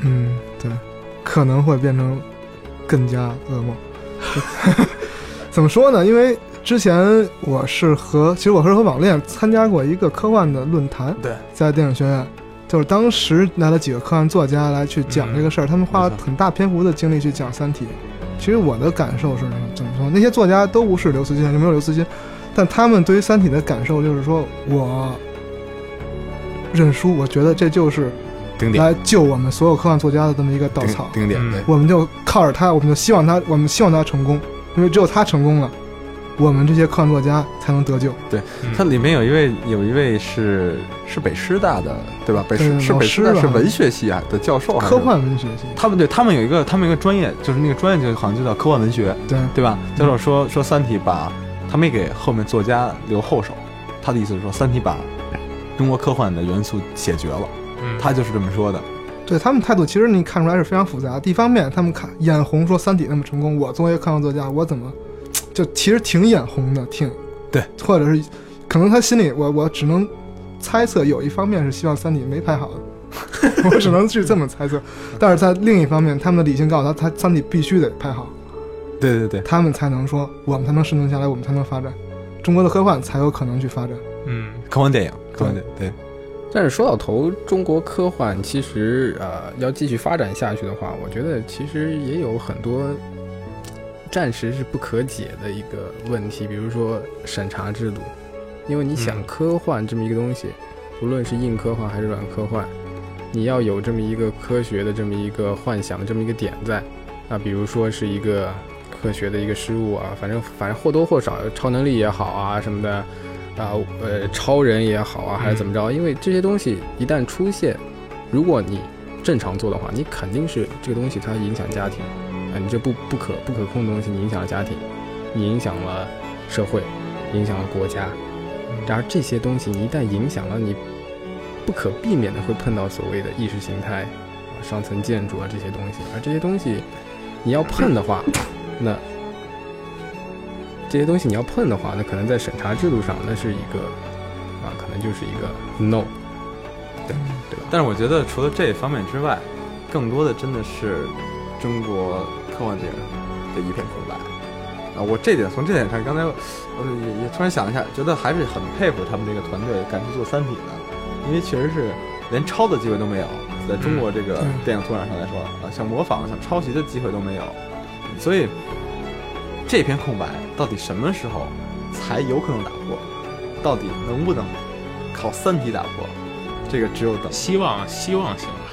Speaker 4: 嗯，对，可能会变成更加噩梦。怎么说呢？因为之前我是和其实我是和网恋参加过一个科幻的论坛，
Speaker 1: 对，
Speaker 4: 在电影学院，就是当时来了几个科幻作家来去讲这个事儿，他们花了
Speaker 1: 没错
Speaker 4: 很大篇幅的精力去讲《三体》。其实我的感受是怎么说？那些作家都不是刘慈欣，就没有刘慈欣，但他们对于《三体》的感受就是说，我认输，我觉得这就是
Speaker 5: 顶
Speaker 4: 来救我们所有科幻作家的这么一个稻草。
Speaker 5: 顶
Speaker 2: 嗯
Speaker 5: 对
Speaker 4: 我们就靠着他，我们就希望他，我们希望他成功，因为只有他成功了，我们这些科幻作家才能得救。
Speaker 2: 嗯
Speaker 1: 它里面有一位有一位是是北师大的对吧？北师
Speaker 4: 对
Speaker 1: 是北师
Speaker 4: 老
Speaker 1: 大
Speaker 4: 师吧
Speaker 1: 是文学系啊的教授还是
Speaker 4: 科幻文学系，
Speaker 1: 他们对他们有一个他们有一个专业，就是那个专业就好像就叫科幻文学，
Speaker 4: 对，
Speaker 1: 对吧？教授说说《三体》把他没给后面作家留后手，他的意思是说《三体》把中国科幻的元素解决了，
Speaker 2: 嗯
Speaker 1: 他就是这么说的。
Speaker 4: 对他们态度，其实你看出来是非常复杂的。一方面，他们看眼红说《三体》那么成功，我作为科幻作家，我怎么就其实挺眼红的，挺
Speaker 1: 对，
Speaker 4: 或者是可能他心里，我我只能猜测，有一方面是希望《三体》没拍好 (laughs) 的，我只能去这么
Speaker 3: (laughs)
Speaker 4: 猜测。但是在另一方面，他们的理性告诉他，他《三体》必须得拍好，
Speaker 1: 对对对，
Speaker 4: 他们才能说我们才能生存下来，我们才能发展，中国的科幻才有可能去发展。
Speaker 2: 嗯
Speaker 1: 科幻电影，科幻电影，对，
Speaker 3: 但是说到头，中国科幻其实呃要继续发展下去的话，我觉得其实也有很多暂时是不可解的一个问题，比如说审查制度，因为你想
Speaker 2: 嗯
Speaker 3: 科幻这么一个东西，无论是硬科幻还是软科幻，你要有这么一个科学的这么一个幻想的这么一个点在，啊，比如说是一个科学的一个失误啊，反正反正或多或少超能力也好啊什么的，啊呃超人也好啊还是怎么着，因为这些东西一旦出现，如果你正常做的话，你肯定是这个东西它影响家庭，啊你这不不可不可控的东西，你影响了家庭，你影响了社会，影响了国家，然而这些东西你一旦影响了，你不可避免的会碰到所谓的意识形态、啊上层建筑啊这些东西，而这些东西你要碰的话，那这些东西你要碰的话，那可能在审查制度上，那是一个啊，可能就是一个 no，对对吧？
Speaker 1: 但是我觉得除了这一方面之外，更多的真的是中国科幻电影的一片空白。啊，我这点从这点看，刚才我我也也突然想了一下，觉得还是很佩服他们这个团队敢去做《三体》的，因为确实是连抄的机会都没有，在中国这个
Speaker 4: 嗯
Speaker 1: 电影土壤上来说，啊，想模仿、想抄袭的机会都没有，所以这片空白到底什么时候才有可能打破？到底能不能靠《三体》打破？这个只有等。
Speaker 2: 希望希望行吧，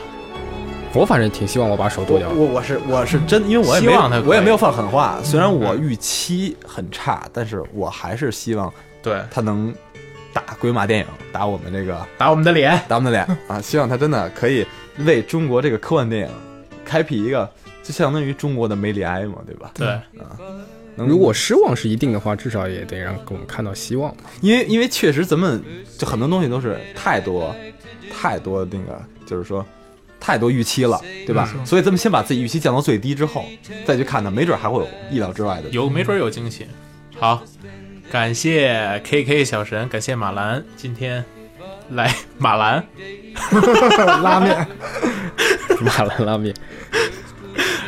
Speaker 3: 我反正挺希望我把手剁掉
Speaker 1: 我我我是我是真，因为我也没
Speaker 2: 希望他可以嗯
Speaker 1: 我也没有放狠话，虽然我预期很差，但是我还是希望
Speaker 2: 对，
Speaker 1: 他能打鬼马电影，打我们这个
Speaker 2: 打我们的脸，
Speaker 1: 打我们的
Speaker 2: (laughs)
Speaker 1: 脸啊！希望他真的可以为中国这个科幻电影开辟一个，就相当于中国的梅里埃嘛，对吧？
Speaker 2: 对，
Speaker 1: 能
Speaker 3: 如果失望是一定的话，至少也得让给我们看到希望嘛。
Speaker 1: 因为因为确实咱们就很多东西都是太多太多那个就是说太多预期了，对吧？
Speaker 4: 没错
Speaker 1: 所以咱们先把自己预期降到最低之后，再去看它，没准还会有意料之外的。
Speaker 2: 有没准有惊喜。好，感谢 K K 小神，感谢马兰，今天来马兰
Speaker 4: 拉面，
Speaker 3: (laughs) 马兰拉面，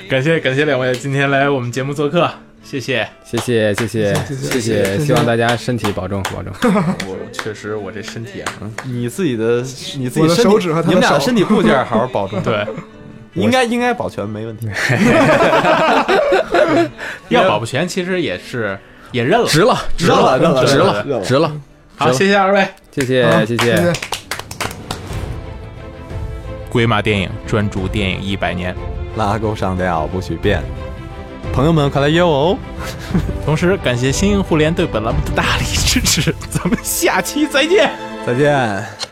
Speaker 2: 感谢感谢两位今天来我们节目做客，谢谢。
Speaker 3: 谢谢谢谢
Speaker 4: 谢谢
Speaker 3: 谢
Speaker 4: 谢谢
Speaker 3: 希望大家身体保重保重。
Speaker 2: 我确实我这身体啊，
Speaker 1: 你自己的你自己
Speaker 4: 我的
Speaker 1: 身体
Speaker 4: 手指和他的
Speaker 1: 你们俩
Speaker 4: 手
Speaker 1: 的身体部件好好保
Speaker 4: (laughs)
Speaker 1: 重，
Speaker 2: 对，
Speaker 1: 应该应该保全没问题。
Speaker 2: (laughs) 要保不全其实也是也认了。
Speaker 3: 值了
Speaker 1: 值了
Speaker 3: 值
Speaker 1: (laughs)
Speaker 3: 了
Speaker 1: 值了
Speaker 3: 值了值了，
Speaker 2: 好，谢谢二位。
Speaker 3: 谢谢谢谢。
Speaker 2: 鬼马电影专注电影一百年，
Speaker 1: 拉钩上吊不许变，朋友们快来约我哦！
Speaker 2: 同时感谢新英互联对本栏目的大力支持。咱们下期再见。
Speaker 1: 再见。